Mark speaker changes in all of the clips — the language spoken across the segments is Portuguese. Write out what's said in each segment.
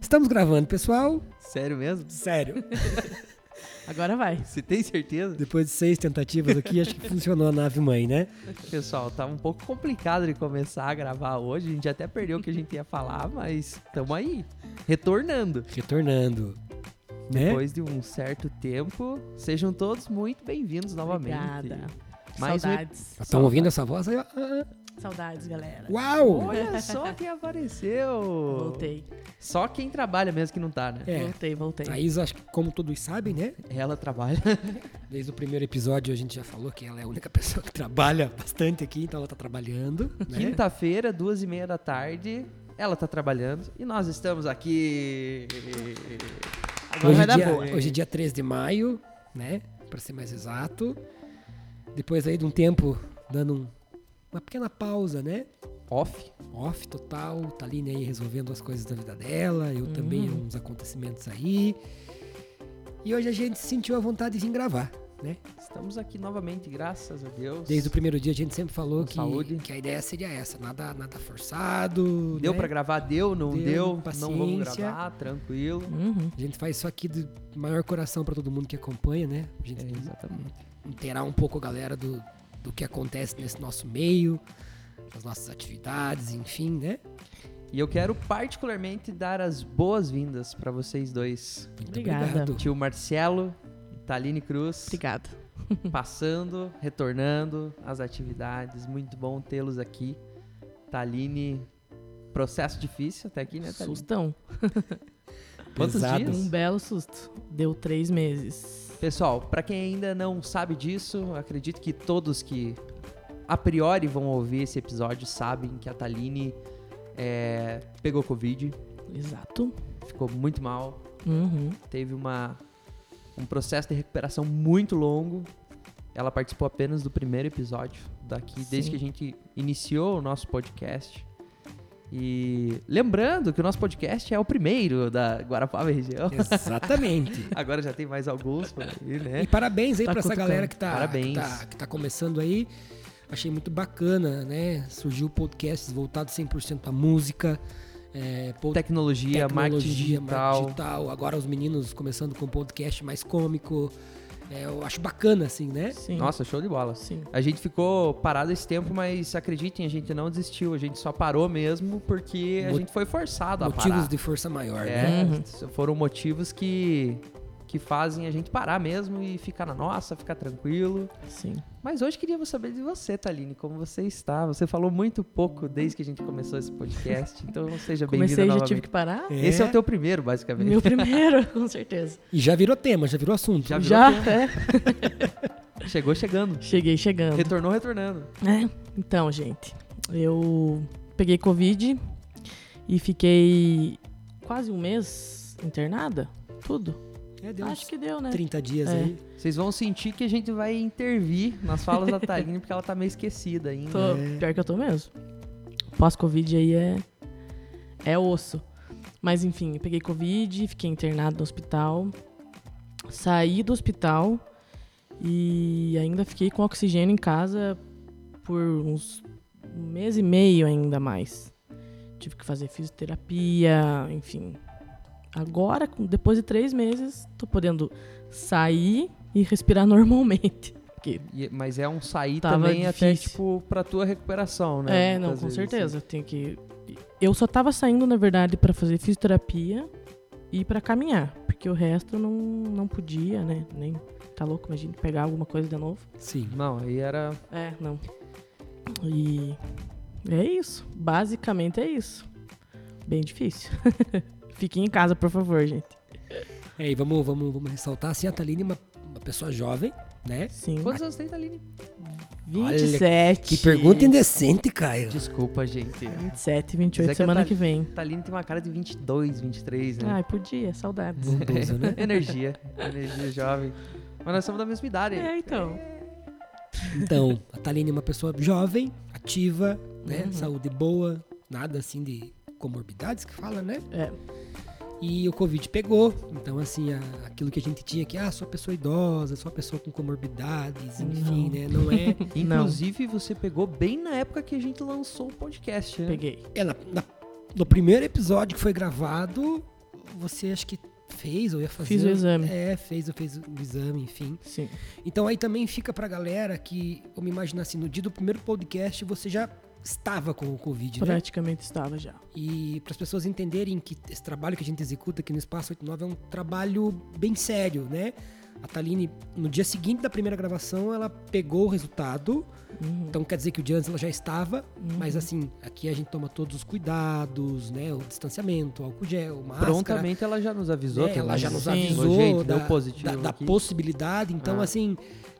Speaker 1: Estamos gravando, pessoal.
Speaker 2: Sério mesmo?
Speaker 1: Sério.
Speaker 3: Agora vai.
Speaker 2: Você tem certeza?
Speaker 1: Depois de seis tentativas aqui, acho que funcionou a nave mãe, né?
Speaker 2: Pessoal, tá um pouco complicado de começar a gravar hoje. A gente até perdeu o que a gente ia falar, mas tamo aí. Retornando.
Speaker 1: Retornando. Né?
Speaker 2: Depois de um certo tempo. Sejam todos muito bem-vindos novamente.
Speaker 3: Obrigada.
Speaker 2: Mais um
Speaker 3: Saudades.
Speaker 1: Estão ouvindo essa voz aí? ó? Ah, ah.
Speaker 3: Saudades, galera.
Speaker 1: Uau!
Speaker 2: Olha só quem apareceu.
Speaker 3: Voltei,
Speaker 2: Só quem trabalha mesmo que não tá, né?
Speaker 1: É.
Speaker 3: voltei, voltei.
Speaker 1: A Isa, acho que como todos sabem, né?
Speaker 2: Ela trabalha.
Speaker 1: Desde o primeiro episódio a gente já falou que ela é a única pessoa que trabalha bastante aqui, então ela tá trabalhando, né?
Speaker 2: Quinta-feira, duas e meia da tarde. Ela tá trabalhando e nós estamos aqui.
Speaker 3: Agora
Speaker 1: Hoje,
Speaker 3: vai dar
Speaker 1: dia,
Speaker 3: boa.
Speaker 1: hoje é dia 3 de maio, né? Pra ser mais exato. Depois aí de um tempo dando um- uma pequena pausa, né?
Speaker 2: Off.
Speaker 1: off total, tá ali né, resolvendo as coisas da vida dela,
Speaker 2: Uhum.
Speaker 1: eu também uns acontecimentos aí. E hoje a gente sentiu a vontade de vir gravar, né?
Speaker 2: Estamos aqui novamente, graças a Deus.
Speaker 1: Desde o primeiro dia a gente sempre falou
Speaker 2: Com
Speaker 1: que,
Speaker 2: saúde.
Speaker 1: que a ideia seria essa, nada, nada forçado,
Speaker 2: Deu
Speaker 1: né?
Speaker 2: pra gravar? Deu, não
Speaker 1: Deu,
Speaker 2: deu. não vamos
Speaker 1: paciência.
Speaker 2: gravar, tranquilo.
Speaker 3: Uhum.
Speaker 1: A gente faz isso aqui do maior coração pra todo mundo que acompanha, né? A gente
Speaker 2: É exatamente.
Speaker 1: inteirar um pouco a galera do, do que acontece nesse nosso meio, das nossas atividades, enfim, né?
Speaker 2: E eu quero particularmente dar as boas-vindas pra vocês dois.
Speaker 1: Muito
Speaker 3: Obrigada.
Speaker 1: obrigado.
Speaker 2: Tio Marcelo, Taline Cruz,
Speaker 3: Obrigada.
Speaker 2: passando, retornando às atividades. Muito bom tê-los aqui. Taline, processo difícil até aqui, né, Taline?
Speaker 3: Sustão.
Speaker 2: Quantos
Speaker 1: Pesado.
Speaker 2: dias?
Speaker 3: tá Um belo susto. Deu três meses.
Speaker 2: Pessoal, pra quem ainda não sabe disso, acredito que todos que a priori vão ouvir esse episódio sabem que a Taline é, pegou Covid,
Speaker 3: Exato.
Speaker 2: ficou muito mal,
Speaker 3: Uhum.
Speaker 2: teve uma, um processo de recuperação muito longo. Ela participou apenas do primeiro episódio daqui, desde
Speaker 3: Sim.
Speaker 2: que a gente iniciou o nosso podcast. E lembrando que o nosso podcast é o primeiro da Guarapava região.
Speaker 1: Exatamente.
Speaker 2: Agora já tem mais alguns por aí, né?
Speaker 1: E parabéns aí
Speaker 3: Tá
Speaker 1: pra essa
Speaker 3: cutucando.
Speaker 1: galera que tá,
Speaker 2: Parabéns.
Speaker 1: Que, tá, que tá começando aí. Achei muito bacana, né? Surgiu podcasts voltados 100% pra música, é, pod-
Speaker 2: Tecnologia, marketing
Speaker 1: tecnologia,
Speaker 2: digital.
Speaker 1: digital. Agora os meninos começando com podcast mais cômico. É, eu acho bacana, assim, né?
Speaker 3: Sim.
Speaker 2: É. Nossa, show de bola.
Speaker 3: Sim.
Speaker 2: A gente ficou parado esse tempo, mas acreditem, a gente não desistiu, a gente só parou mesmo porque a
Speaker 1: Mo-
Speaker 2: gente foi forçado a parar.
Speaker 1: Motivos de força maior, né?
Speaker 2: É,
Speaker 3: Uhum.
Speaker 2: foram motivos que, que fazem a gente parar mesmo e ficar na nossa, ficar tranquilo.
Speaker 3: Sim.
Speaker 2: Mas hoje queríamos saber de você, Taline, como você está. Você falou muito pouco desde que a gente começou esse podcast, então seja bem-vinda
Speaker 3: Comecei e já
Speaker 2: novamente.
Speaker 3: tive que parar.
Speaker 2: Esse é o teu primeiro, basicamente.
Speaker 3: Meu primeiro, com certeza.
Speaker 1: E já virou tema, já virou assunto.
Speaker 2: Já virou
Speaker 3: Já, é.
Speaker 2: Chegou chegando.
Speaker 3: Cheguei chegando.
Speaker 2: Retornou retornando.
Speaker 3: É, então, gente, eu peguei Covid e fiquei quase um mês internada, tudo.
Speaker 1: É, deu
Speaker 3: Acho
Speaker 1: uns
Speaker 3: que deu, né?
Speaker 1: 30 dias
Speaker 3: É.
Speaker 1: aí.
Speaker 2: Vocês vão sentir que a gente vai intervir nas falas da Taline, porque ela tá meio esquecida ainda.
Speaker 3: Tô- Pior que eu tô mesmo. Pós-Covid aí é, é osso. Mas enfim, eu peguei Covid, fiquei internado no hospital, saí do hospital e ainda fiquei com oxigênio em casa por uns um mês e meio ainda mais. Tive que fazer fisioterapia, enfim. Agora, com- depois de três meses, tô podendo sair e respirar normalmente. Porque
Speaker 2: E- mas é um sair
Speaker 3: Tava
Speaker 2: também até,
Speaker 3: difícil.
Speaker 2: tipo, pra tua recuperação, né?
Speaker 3: É, não,
Speaker 2: Muitas
Speaker 3: com
Speaker 2: vezes,
Speaker 3: certeza. Tem que. Eu só tava saindo, na verdade, pra fazer fisioterapia e pra caminhar. Porque o resto eu não, não podia, né? Nem. Tá louco, imagina pegar alguma coisa de novo.
Speaker 1: Sim.
Speaker 2: assim. Não, aí era.
Speaker 3: É, não. E. É isso. Basicamente é isso. Bem difícil. Fiquem em casa, por favor, gente.
Speaker 1: É, e vamos, vamos, vamos ressaltar, assim, a Thaline é uma, uma pessoa jovem, né?
Speaker 3: Sim.
Speaker 2: Quantos anos tem, Taline?
Speaker 1: Olha,
Speaker 3: 27.
Speaker 1: Que pergunta indecente, Caio.
Speaker 2: Desculpa, gente.
Speaker 3: 27,
Speaker 2: Mas é
Speaker 3: 28,
Speaker 2: que
Speaker 3: semana
Speaker 2: a Tha-
Speaker 3: que vem.
Speaker 2: Taline tem uma cara de 22, 23, né?
Speaker 3: Ai, podia,
Speaker 2: É.
Speaker 3: saudades.
Speaker 2: Uhum.
Speaker 1: Bondoso, né?
Speaker 2: energia. Energia jovem. Mas nós somos da mesma idade.
Speaker 3: É, então.
Speaker 1: Então, a Taline é uma pessoa jovem, ativa,
Speaker 3: Uhum.
Speaker 1: né? Saúde boa, nada assim de comorbidades que fala, né?
Speaker 3: É.
Speaker 1: E o Covid pegou, então assim, a- aquilo que a gente tinha que, ah, só pessoa idosa, só pessoa com comorbidades, enfim,
Speaker 3: Não.
Speaker 1: né? Não é.
Speaker 2: Inclusive, você pegou bem na época que a gente lançou o podcast, né?
Speaker 3: Peguei.
Speaker 1: é na- na- no primeiro episódio que foi gravado, você acho que fez ou ia fazer.
Speaker 3: Fiz o exame.
Speaker 1: É, fez, fez o exame, enfim.
Speaker 3: Sim.
Speaker 1: Então aí também fica pra galera que, vamos imaginar assim, no dia do primeiro podcast você já estava com o Covid, né?
Speaker 3: Praticamente estava já.
Speaker 1: E para as pessoas entenderem que esse trabalho que a gente executa aqui no Espaço 89 é um trabalho bem sério, né? A Taline, no dia seguinte da primeira gravação, ela pegou o resultado.
Speaker 3: Uhum.
Speaker 1: Então quer dizer que o dia antes ela já estava,
Speaker 2: Uhum.
Speaker 1: mas assim, aqui a gente toma todos os cuidados, né? O distanciamento, álcool gel, máscara.
Speaker 2: Prontamente ela já nos avisou.
Speaker 1: É, ela
Speaker 2: também.
Speaker 1: já nos
Speaker 3: Sim.
Speaker 1: avisou
Speaker 2: Gente,
Speaker 1: da,
Speaker 2: deu positivo
Speaker 1: da- da
Speaker 2: aqui.
Speaker 1: possibilidade. Então,
Speaker 2: Ah.
Speaker 1: assim,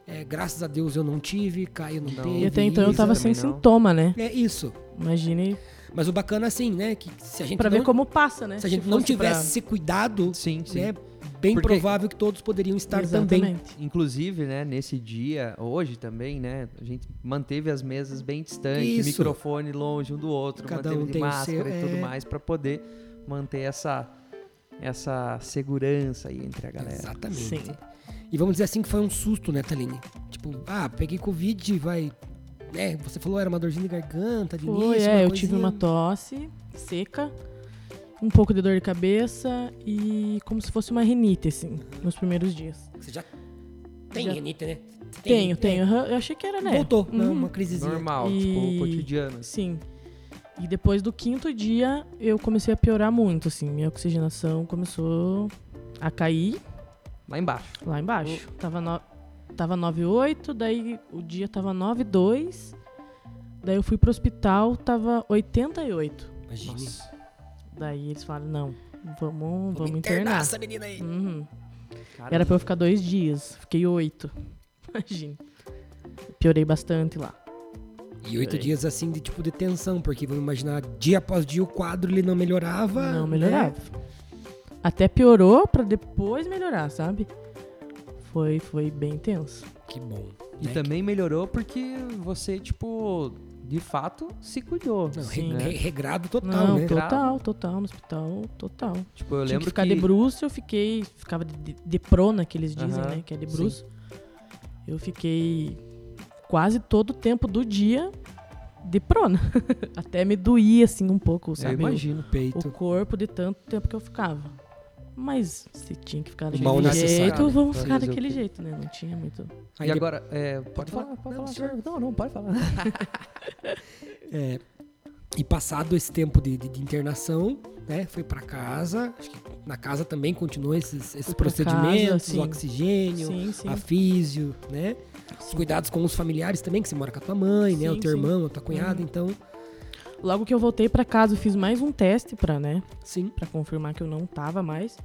Speaker 1: é, graças a Deus eu não tive, Caio não,
Speaker 2: Não.
Speaker 1: teve.
Speaker 3: E até então eu
Speaker 1: Isa
Speaker 3: tava
Speaker 2: também
Speaker 3: sem
Speaker 2: não.
Speaker 3: sintoma, né?
Speaker 1: É isso.
Speaker 3: Imagine
Speaker 1: Mas o bacana, assim, né? Que se a gente
Speaker 3: pra
Speaker 1: não,
Speaker 3: ver como passa, né?
Speaker 1: se a gente não
Speaker 3: fosse
Speaker 1: tivesse
Speaker 3: pra-
Speaker 1: se cuidado,
Speaker 2: Sim, sim.
Speaker 1: é bem
Speaker 2: Porque-
Speaker 1: provável que todos poderiam estar também.
Speaker 3: Exatamente.
Speaker 2: Inclusive, né, nesse dia, hoje também, né, a gente manteve as mesas bem distantes,
Speaker 1: Isso.
Speaker 2: microfone longe um do outro,
Speaker 1: Cada
Speaker 2: manteve
Speaker 1: um
Speaker 2: de
Speaker 1: tem o
Speaker 2: máscara
Speaker 1: seu,
Speaker 2: e tudo
Speaker 1: é.
Speaker 2: mais pra poder manter essa essa segurança aí entre a galera.
Speaker 1: Exatamente.
Speaker 3: Sim.
Speaker 1: E vamos dizer assim que foi um susto, né, Taline? Tipo, ah, peguei Covid, vai. né você falou era uma dorzinha de garganta, de
Speaker 3: Foi,
Speaker 1: início,
Speaker 3: é,
Speaker 1: uma
Speaker 3: eu tive
Speaker 1: coisinha.
Speaker 3: uma tosse seca, um pouco de dor de cabeça e como se fosse uma renite, assim, nos primeiros dias.
Speaker 1: Você já tem
Speaker 3: Já-
Speaker 1: renite, né? Você tem
Speaker 3: Tenho,
Speaker 1: renite,
Speaker 3: tenho.
Speaker 1: né?
Speaker 3: aham, Eu achei que era, né?
Speaker 1: Voltou, né?
Speaker 3: Uhum.
Speaker 1: uma crisezinha.
Speaker 2: Normal,
Speaker 3: E-
Speaker 2: tipo, cotidiano.
Speaker 3: Sim. E depois do quinto dia, eu comecei a piorar muito, assim. Minha oxigenação começou a cair
Speaker 2: Lá embaixo.
Speaker 3: lá embaixo. Tava, no... tava 9,8, daí o dia tava 9,2. Daí eu fui pro hospital, tava 88.
Speaker 1: Imagine.
Speaker 3: Daí eles falaram, não, vamos,
Speaker 1: Vamos
Speaker 3: vamos internar.
Speaker 1: essa menina aí.
Speaker 3: Uhum.
Speaker 2: Cara,
Speaker 3: Era pra eu ficar dois dias, fiquei oito. Imagina. Piorei bastante lá.
Speaker 1: E oito
Speaker 3: Peraí.
Speaker 1: dias assim de tipo de tensão, porque vamos imaginar, dia após dia o quadro ele não melhorava.
Speaker 3: Não
Speaker 1: né?
Speaker 3: melhorava. Até piorou pra depois melhorar, sabe? Foi, foi bem intenso.
Speaker 1: Que bom.
Speaker 2: E
Speaker 1: né?
Speaker 2: também melhorou porque você, tipo, de fato, se cuidou. né?
Speaker 1: Não, re-
Speaker 3: Sim. né?
Speaker 1: re- regrado total,
Speaker 3: Não,
Speaker 1: né?
Speaker 3: total, total, no hospital, total.
Speaker 2: Tipo, eu
Speaker 3: Tinha que
Speaker 2: lembro
Speaker 3: ficar
Speaker 2: que...
Speaker 3: de bruxo, eu fiquei. Ficava de, de, de prona, que eles dizem,
Speaker 2: Aham,
Speaker 3: né? Que é de
Speaker 2: sim.
Speaker 3: bruxo. Eu fiquei quase todo o tempo do dia de prona. Até me doía, assim, um pouco,
Speaker 2: eu
Speaker 3: sabe? O-
Speaker 2: imagino.
Speaker 1: Peito.
Speaker 3: o corpo de tanto tempo que eu ficava. Mas se tinha que ficar
Speaker 1: mal
Speaker 3: daquele
Speaker 1: necessário,
Speaker 3: jeito,
Speaker 2: né?
Speaker 3: vamos
Speaker 2: Fazer
Speaker 3: ficar
Speaker 2: o
Speaker 3: daquele
Speaker 2: quê?
Speaker 3: jeito, né? Não tinha muito.
Speaker 1: Aí
Speaker 2: e
Speaker 1: de-
Speaker 2: agora, é,
Speaker 1: Pode
Speaker 2: pode, falar,
Speaker 1: falar.
Speaker 2: pode
Speaker 1: Não,
Speaker 2: falar.
Speaker 1: senhor.
Speaker 2: senhor. Não, não, pode falar.
Speaker 1: é, e passado esse tempo de, de- de internação, né? Foi pra casa. Acho que na casa também continuou esses, esses
Speaker 3: Fui pra
Speaker 1: procedimentos,
Speaker 3: casa, sim.
Speaker 1: o oxigênio,
Speaker 3: Sim, sim.
Speaker 1: a físio, né? Os cuidados com os familiares também, que você mora com a tua mãe, né?
Speaker 3: Sim,
Speaker 1: O teu
Speaker 3: sim. Uhum.
Speaker 1: irmão, a tua cunhada, então,
Speaker 3: Logo que eu voltei pra casa, eu fiz mais um teste pra, né?
Speaker 1: sim.
Speaker 3: Pra confirmar que eu não tava mais.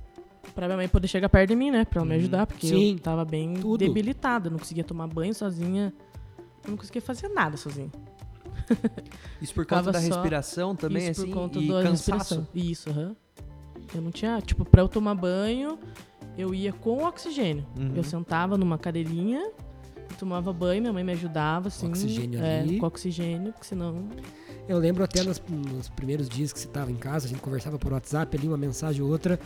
Speaker 3: Pra minha mãe poder chegar perto de mim, né? Pra ela me
Speaker 2: Uhum.
Speaker 3: ajudar, porque
Speaker 1: Sim.
Speaker 3: eu tava bem
Speaker 1: Tudo.
Speaker 3: debilitada. Não conseguia tomar banho sozinha. Eu não conseguia fazer nada sozinha.
Speaker 2: Isso por conta
Speaker 3: Ficava
Speaker 2: da
Speaker 3: só-
Speaker 2: respiração também,
Speaker 3: Isso
Speaker 2: assim,
Speaker 3: por conta
Speaker 2: e
Speaker 3: da
Speaker 2: cansaço.
Speaker 3: respiração. Isso, aham. Eu não tinha. Tipo, pra eu tomar banho, eu ia com oxigênio.
Speaker 2: Uhum.
Speaker 3: Eu sentava numa cadeirinha, tomava banho, minha mãe me ajudava, assim.
Speaker 1: oxigênio
Speaker 3: é,
Speaker 1: ali.
Speaker 3: Com oxigênio, porque senão.
Speaker 1: Eu lembro até nas- nos primeiros dias que você estava em casa, a gente conversava por WhatsApp ali, uma mensagem ou outra.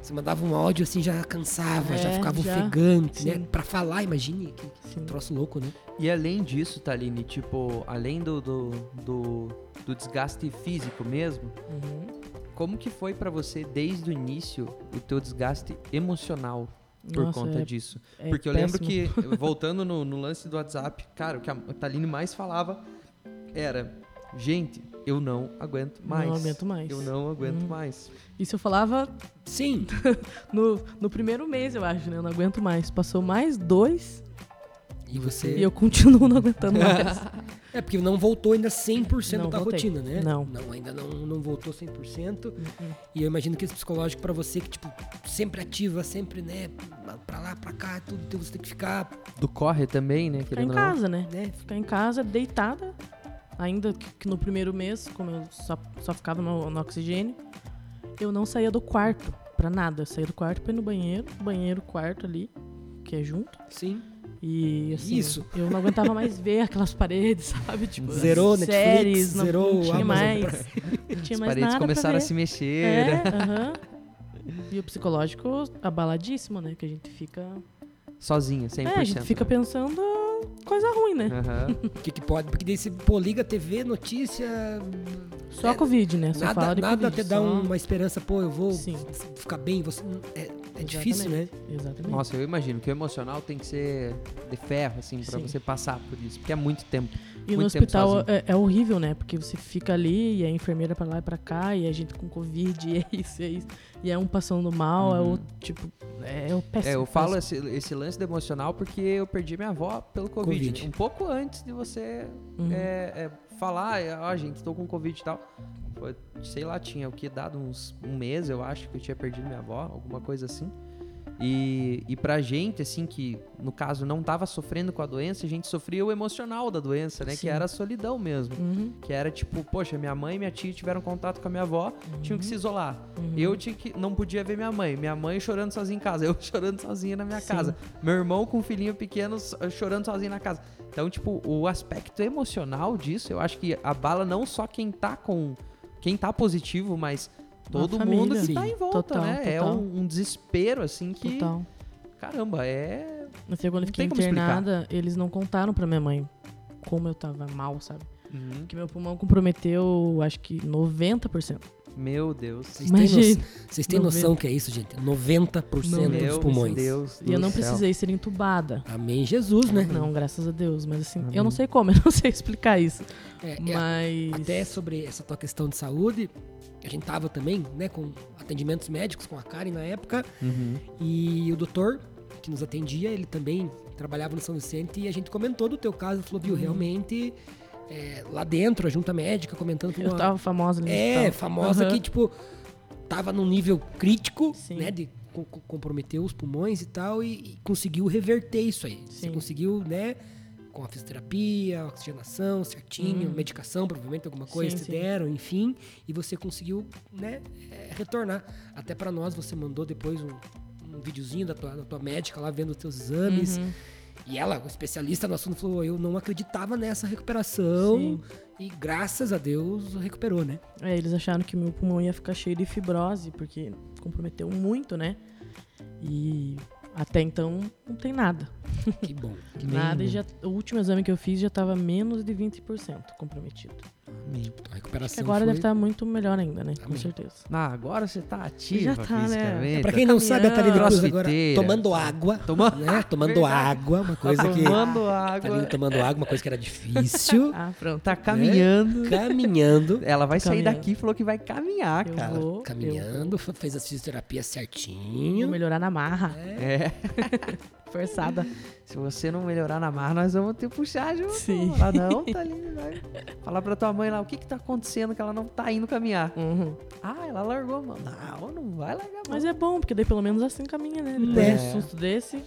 Speaker 1: Você mandava um áudio assim, já cansava, já
Speaker 3: É,
Speaker 1: ficava
Speaker 3: já.
Speaker 1: ofegante, né?
Speaker 3: Sim.
Speaker 1: Pra falar, imagine, que
Speaker 3: Assim,
Speaker 1: troço louco, né?
Speaker 2: E além disso, Taline, tipo, além do, do, do, do desgaste físico mesmo,
Speaker 3: uhum.
Speaker 2: como que foi pra você, desde o início, o teu desgaste emocional por
Speaker 3: Nossa,
Speaker 2: conta
Speaker 3: é-
Speaker 2: disso?
Speaker 3: é
Speaker 2: Porque eu lembro
Speaker 3: péssimo.
Speaker 2: que, voltando no, no lance do WhatsApp, cara, o que a Taline mais falava era, gente, eu não aguento mais.
Speaker 3: Não aguento mais.
Speaker 2: Eu não aguento
Speaker 3: Hum.
Speaker 2: mais.
Speaker 3: Isso eu falava
Speaker 1: Sim,
Speaker 3: no, no primeiro mês, eu acho, né? Eu não aguento mais. Passou mais dois
Speaker 1: e você.
Speaker 3: e eu continuo não aguentando mais. Tá
Speaker 1: É porque não voltou ainda 100%
Speaker 3: Não
Speaker 1: da
Speaker 3: voltei.
Speaker 1: rotina, né?
Speaker 3: Não. Uhum.
Speaker 1: ainda não, não voltou 100%. E eu imagino que esse psicológico pra você, que tipo, sempre ativa, sempre, né? Pra lá, pra cá, tudo, então você tem que ficar,
Speaker 2: Do corre também, né?
Speaker 3: Ficar em
Speaker 2: Querendo ou não.
Speaker 3: casa, né?
Speaker 1: né?
Speaker 3: Ficar em casa, deitada. Ainda que que no primeiro mês, como eu só, só ficava no, no oxigênio, eu não saía do quarto pra nada. Eu saía do quarto pra ir no banheiro, banheiro, quarto ali, que é junto.
Speaker 1: Sim.
Speaker 3: E assim,
Speaker 1: Isso.
Speaker 3: eu não aguentava mais ver aquelas paredes, sabe? Tipo, as
Speaker 1: Zerou Netflix,
Speaker 3: séries, não,
Speaker 1: zerou
Speaker 3: não tinha
Speaker 1: Amazon
Speaker 3: mais. Não tinha
Speaker 2: As
Speaker 3: mais
Speaker 2: paredes
Speaker 3: nada pra
Speaker 2: começaram a
Speaker 3: ver.
Speaker 2: se mexer.
Speaker 3: É,
Speaker 2: né?
Speaker 3: aham. E o psicológico abaladíssimo, né? Que a gente fica.
Speaker 2: Sozinho, 100%.
Speaker 3: É, a gente fica
Speaker 2: né?
Speaker 3: pensando coisa ruim, né?
Speaker 2: Aham.
Speaker 1: O que, que pode? Porque daí você poliga TV, notícia.
Speaker 2: É.
Speaker 3: Só a Covid, né? Só fala
Speaker 1: nada
Speaker 3: de
Speaker 1: nada
Speaker 3: Covid.
Speaker 1: te dá
Speaker 3: só-
Speaker 1: uma esperança, pô, eu vou
Speaker 3: Sim.
Speaker 1: f- ficar bem. Você... É, é difícil, né?
Speaker 3: Exatamente.
Speaker 2: Nossa, eu imagino que o emocional tem que ser de ferro, assim, pra
Speaker 3: Sim.
Speaker 2: você passar por isso. Porque é muito tempo.
Speaker 3: E no
Speaker 2: muito tempo
Speaker 3: hospital
Speaker 2: sozinho.
Speaker 3: é, é horrível, né? Porque você fica ali e a enfermeira pra lá e pra cá, e a gente com Covid, e é isso, e é isso. E é um passando mal, é
Speaker 2: Uhum.
Speaker 3: outro, tipo, é o péssimo.
Speaker 2: É, eu falo esse, esse lance do emocional porque eu perdi minha avó pelo Covid.
Speaker 1: Covid.
Speaker 2: né? Um pouco antes de você
Speaker 3: Uhum.
Speaker 2: é, é, falar, é, ó, gente, tô com Covid e tal. Foi, sei lá, tinha o que dado uns um mês, eu acho, que eu tinha perdido minha avó, alguma coisa assim. E, e pra gente, assim, que no caso não tava sofrendo com a doença, a gente sofria o emocional da doença, né?
Speaker 3: Sim.
Speaker 2: Que era a solidão mesmo.
Speaker 3: Uhum,
Speaker 2: Que era tipo, poxa, minha mãe e minha tia tiveram contato com a minha avó, tinham que se isolar.
Speaker 3: uhum.
Speaker 2: Eu tinha que, não podia ver minha mãe. Minha mãe chorando sozinha em casa. Eu chorando sozinha na minha
Speaker 3: Sim.
Speaker 2: casa. Meu irmão com um filhinho pequeno so- chorando sozinho na casa. Então, tipo, o aspecto emocional disso, eu acho que abala não só quem tá com. Quem tá positivo, mas todo
Speaker 3: família.
Speaker 2: mundo que tá
Speaker 1: Sim,
Speaker 2: em volta,
Speaker 3: total,
Speaker 2: né? É
Speaker 3: total.
Speaker 2: um, um desespero, assim, que.
Speaker 3: Total.
Speaker 2: Caramba, é.
Speaker 3: Na segunda eu
Speaker 2: Não
Speaker 3: fiquei
Speaker 2: tem como explicar.
Speaker 3: internada, eles não contaram pra minha mãe como eu tava mal, sabe?
Speaker 2: Uhum.
Speaker 3: Porque meu pulmão comprometeu, acho que 90%.
Speaker 2: Meu Deus.
Speaker 1: Vocês têm,
Speaker 3: Imagina.
Speaker 1: noção, vocês têm noção que é isso, gente? 90% dos
Speaker 2: Meu
Speaker 1: pulmões.
Speaker 2: Deus.
Speaker 3: E eu
Speaker 2: do céu.
Speaker 3: não
Speaker 2: Uhum.
Speaker 3: precisei ser entubada.
Speaker 1: Amém, Jesus, né?
Speaker 3: Não, graças a Deus. Mas assim,
Speaker 2: Amém.
Speaker 3: eu não sei como, eu não sei explicar isso.
Speaker 1: É, é,
Speaker 3: Mas.
Speaker 1: Até sobre essa tua questão de saúde, a gente tava também, né, com atendimentos médicos com a Karen na época,
Speaker 2: Uhum.
Speaker 1: e o doutor que nos atendia, ele também trabalhava no São Vicente, e a gente comentou do teu caso, falou, viu, realmente, é, lá dentro, a junta médica comentando que
Speaker 3: Eu
Speaker 1: uma-
Speaker 3: tava famosa no
Speaker 1: é,
Speaker 3: hospital.
Speaker 1: famosa
Speaker 3: Aham.
Speaker 1: que, tipo, tava num nível crítico,
Speaker 3: Sim.
Speaker 1: né? De co- co- comprometer os pulmões e tal, e, e conseguiu reverter isso aí. Você
Speaker 3: Sim.
Speaker 1: conseguiu, né? Com a fisioterapia, a oxigenação certinho, medicação, provavelmente alguma coisa
Speaker 3: Uhum. Sim,
Speaker 1: te
Speaker 3: sim.
Speaker 1: deram, enfim. E você conseguiu, né, é, retornar. Até pra nós, você mandou depois um, um videozinho da tua, da tua médica lá vendo os teus exames.
Speaker 3: Uhum.
Speaker 1: E ela, o especialista no assunto, falou: Eu não acreditava nessa recuperação.
Speaker 3: Sim.
Speaker 1: E graças a Deus recuperou, né?
Speaker 3: É, eles acharam que meu pulmão ia ficar cheio de fibrose, porque comprometeu muito, né? E até então não tem nada.
Speaker 1: Que bom. Que
Speaker 3: nada e já, o último exame que eu fiz já tava menos de 20% comprometido.
Speaker 2: Amém.
Speaker 1: A
Speaker 3: Acho que
Speaker 1: recuperação
Speaker 3: agora
Speaker 1: foi-
Speaker 3: deve tá- estar muito melhor ainda, né? Com
Speaker 1: Amém.
Speaker 3: certeza.
Speaker 2: Ah, agora você tá É ativa
Speaker 3: Já tá, né?
Speaker 2: fisicamente.
Speaker 1: Pra quem não sabe, a Thalina Cruz agora
Speaker 2: Crossfiteira.
Speaker 1: tomando água,
Speaker 2: Tomando- tá
Speaker 1: né? Tomando
Speaker 2: Verdade.
Speaker 1: água, uma
Speaker 2: Tá
Speaker 1: coisa que...
Speaker 2: tomando água.
Speaker 1: Thalina tomando água, uma coisa que era difícil.
Speaker 3: Ah, pronto.
Speaker 2: Tá caminhando.
Speaker 1: caminhando.
Speaker 2: Ela vai sair
Speaker 3: Caminhando.
Speaker 2: daqui e falou que vai caminhar,
Speaker 3: Eu
Speaker 2: cara.
Speaker 1: Ela
Speaker 3: vou,
Speaker 1: caminhando, fe- fez a fisioterapia
Speaker 3: Vou
Speaker 1: certinho.
Speaker 3: melhorar na marra.
Speaker 2: É.
Speaker 3: Forçada.
Speaker 2: Se você não melhorar na mar, nós vamos ter que puxar junto.
Speaker 3: Sim.
Speaker 2: Ela não, tá ali. Vai. Falar pra tua mãe lá, o que que tá acontecendo que ela não tá indo caminhar.
Speaker 3: Uhum.
Speaker 2: Ah, ela largou a mão. Não, não vai largar a mão.
Speaker 3: Mas é bom, porque daí pelo menos assim caminha, né? Depois
Speaker 1: Né?
Speaker 3: de um susto desse.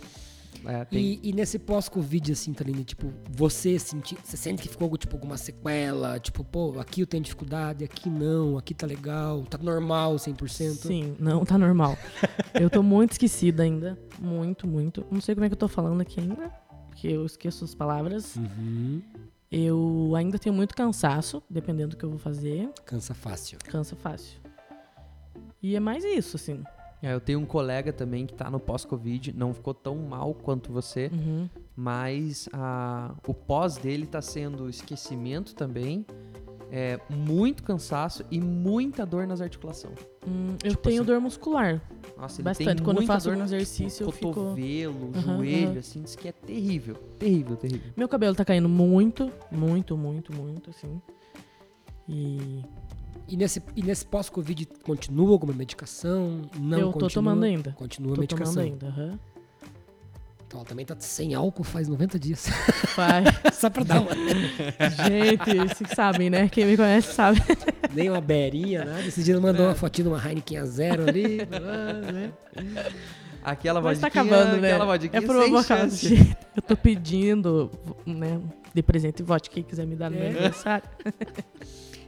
Speaker 2: É, tem-
Speaker 1: E, e nesse pós-Covid, assim, Thalina, tipo, você, senti, você sente que ficou tipo, alguma sequela? Tipo, pô, aqui eu tenho dificuldade, aqui não, aqui tá legal, tá normal 100%?
Speaker 3: Sim, não, tá normal. eu tô muito esquecida ainda. Muito, muito. Não sei como é que eu tô falando aqui ainda, porque eu esqueço as palavras.
Speaker 1: Uhum.
Speaker 3: Eu ainda tenho muito cansaço, dependendo do que eu vou fazer.
Speaker 1: Cansa fácil.
Speaker 3: Cansa fácil. E é mais isso, assim.
Speaker 2: É, eu tenho um colega também que tá no pós-Covid, não ficou tão mal quanto você.
Speaker 3: Uhum.
Speaker 2: mas a- o pós dele tá sendo esquecimento também, é, muito cansaço e muita dor nas articulações.
Speaker 3: Hum, eu
Speaker 2: Tipo
Speaker 3: tenho
Speaker 2: assim,
Speaker 3: dor muscular.
Speaker 2: Nossa, ele
Speaker 3: Bastante.
Speaker 2: tem
Speaker 3: Quando eu
Speaker 2: muita
Speaker 3: faço
Speaker 2: dor
Speaker 3: algum
Speaker 2: no
Speaker 3: exercício, eu fico-
Speaker 2: cotovelo,
Speaker 3: Aham,
Speaker 2: joelho,
Speaker 3: aham.
Speaker 2: assim, diz que é terrível, terrível, terrível.
Speaker 3: Meu cabelo tá caindo muito, muito, muito, muito, assim. E
Speaker 1: E nesse, e nesse pós-Covid continua alguma medicação? Não
Speaker 3: Eu tô
Speaker 1: continua,
Speaker 3: tomando ainda.
Speaker 1: Continua a
Speaker 3: tô
Speaker 1: medicação.
Speaker 3: tomando ainda. aham.
Speaker 1: Então ela também tá sem álcool faz 90 dias.
Speaker 3: Vai.
Speaker 1: Só pra dar uma.
Speaker 3: Gente, vocês sabem, né? Quem me conhece sabe.
Speaker 1: Nem uma berinha, nada. Esse dia ela mandou
Speaker 3: É.
Speaker 1: uma fotinha de uma Heineken a zero ali. ah, né?
Speaker 2: Aquela
Speaker 3: Mas tá
Speaker 2: vodiquinha,
Speaker 3: acabando, né?
Speaker 2: é, aquela vodiquinha
Speaker 3: É por
Speaker 2: sem
Speaker 3: uma
Speaker 2: chance.
Speaker 3: gente. Eu tô pedindo, né? De presente vodka, quem quiser me dar no meu
Speaker 1: É.
Speaker 3: aniversário.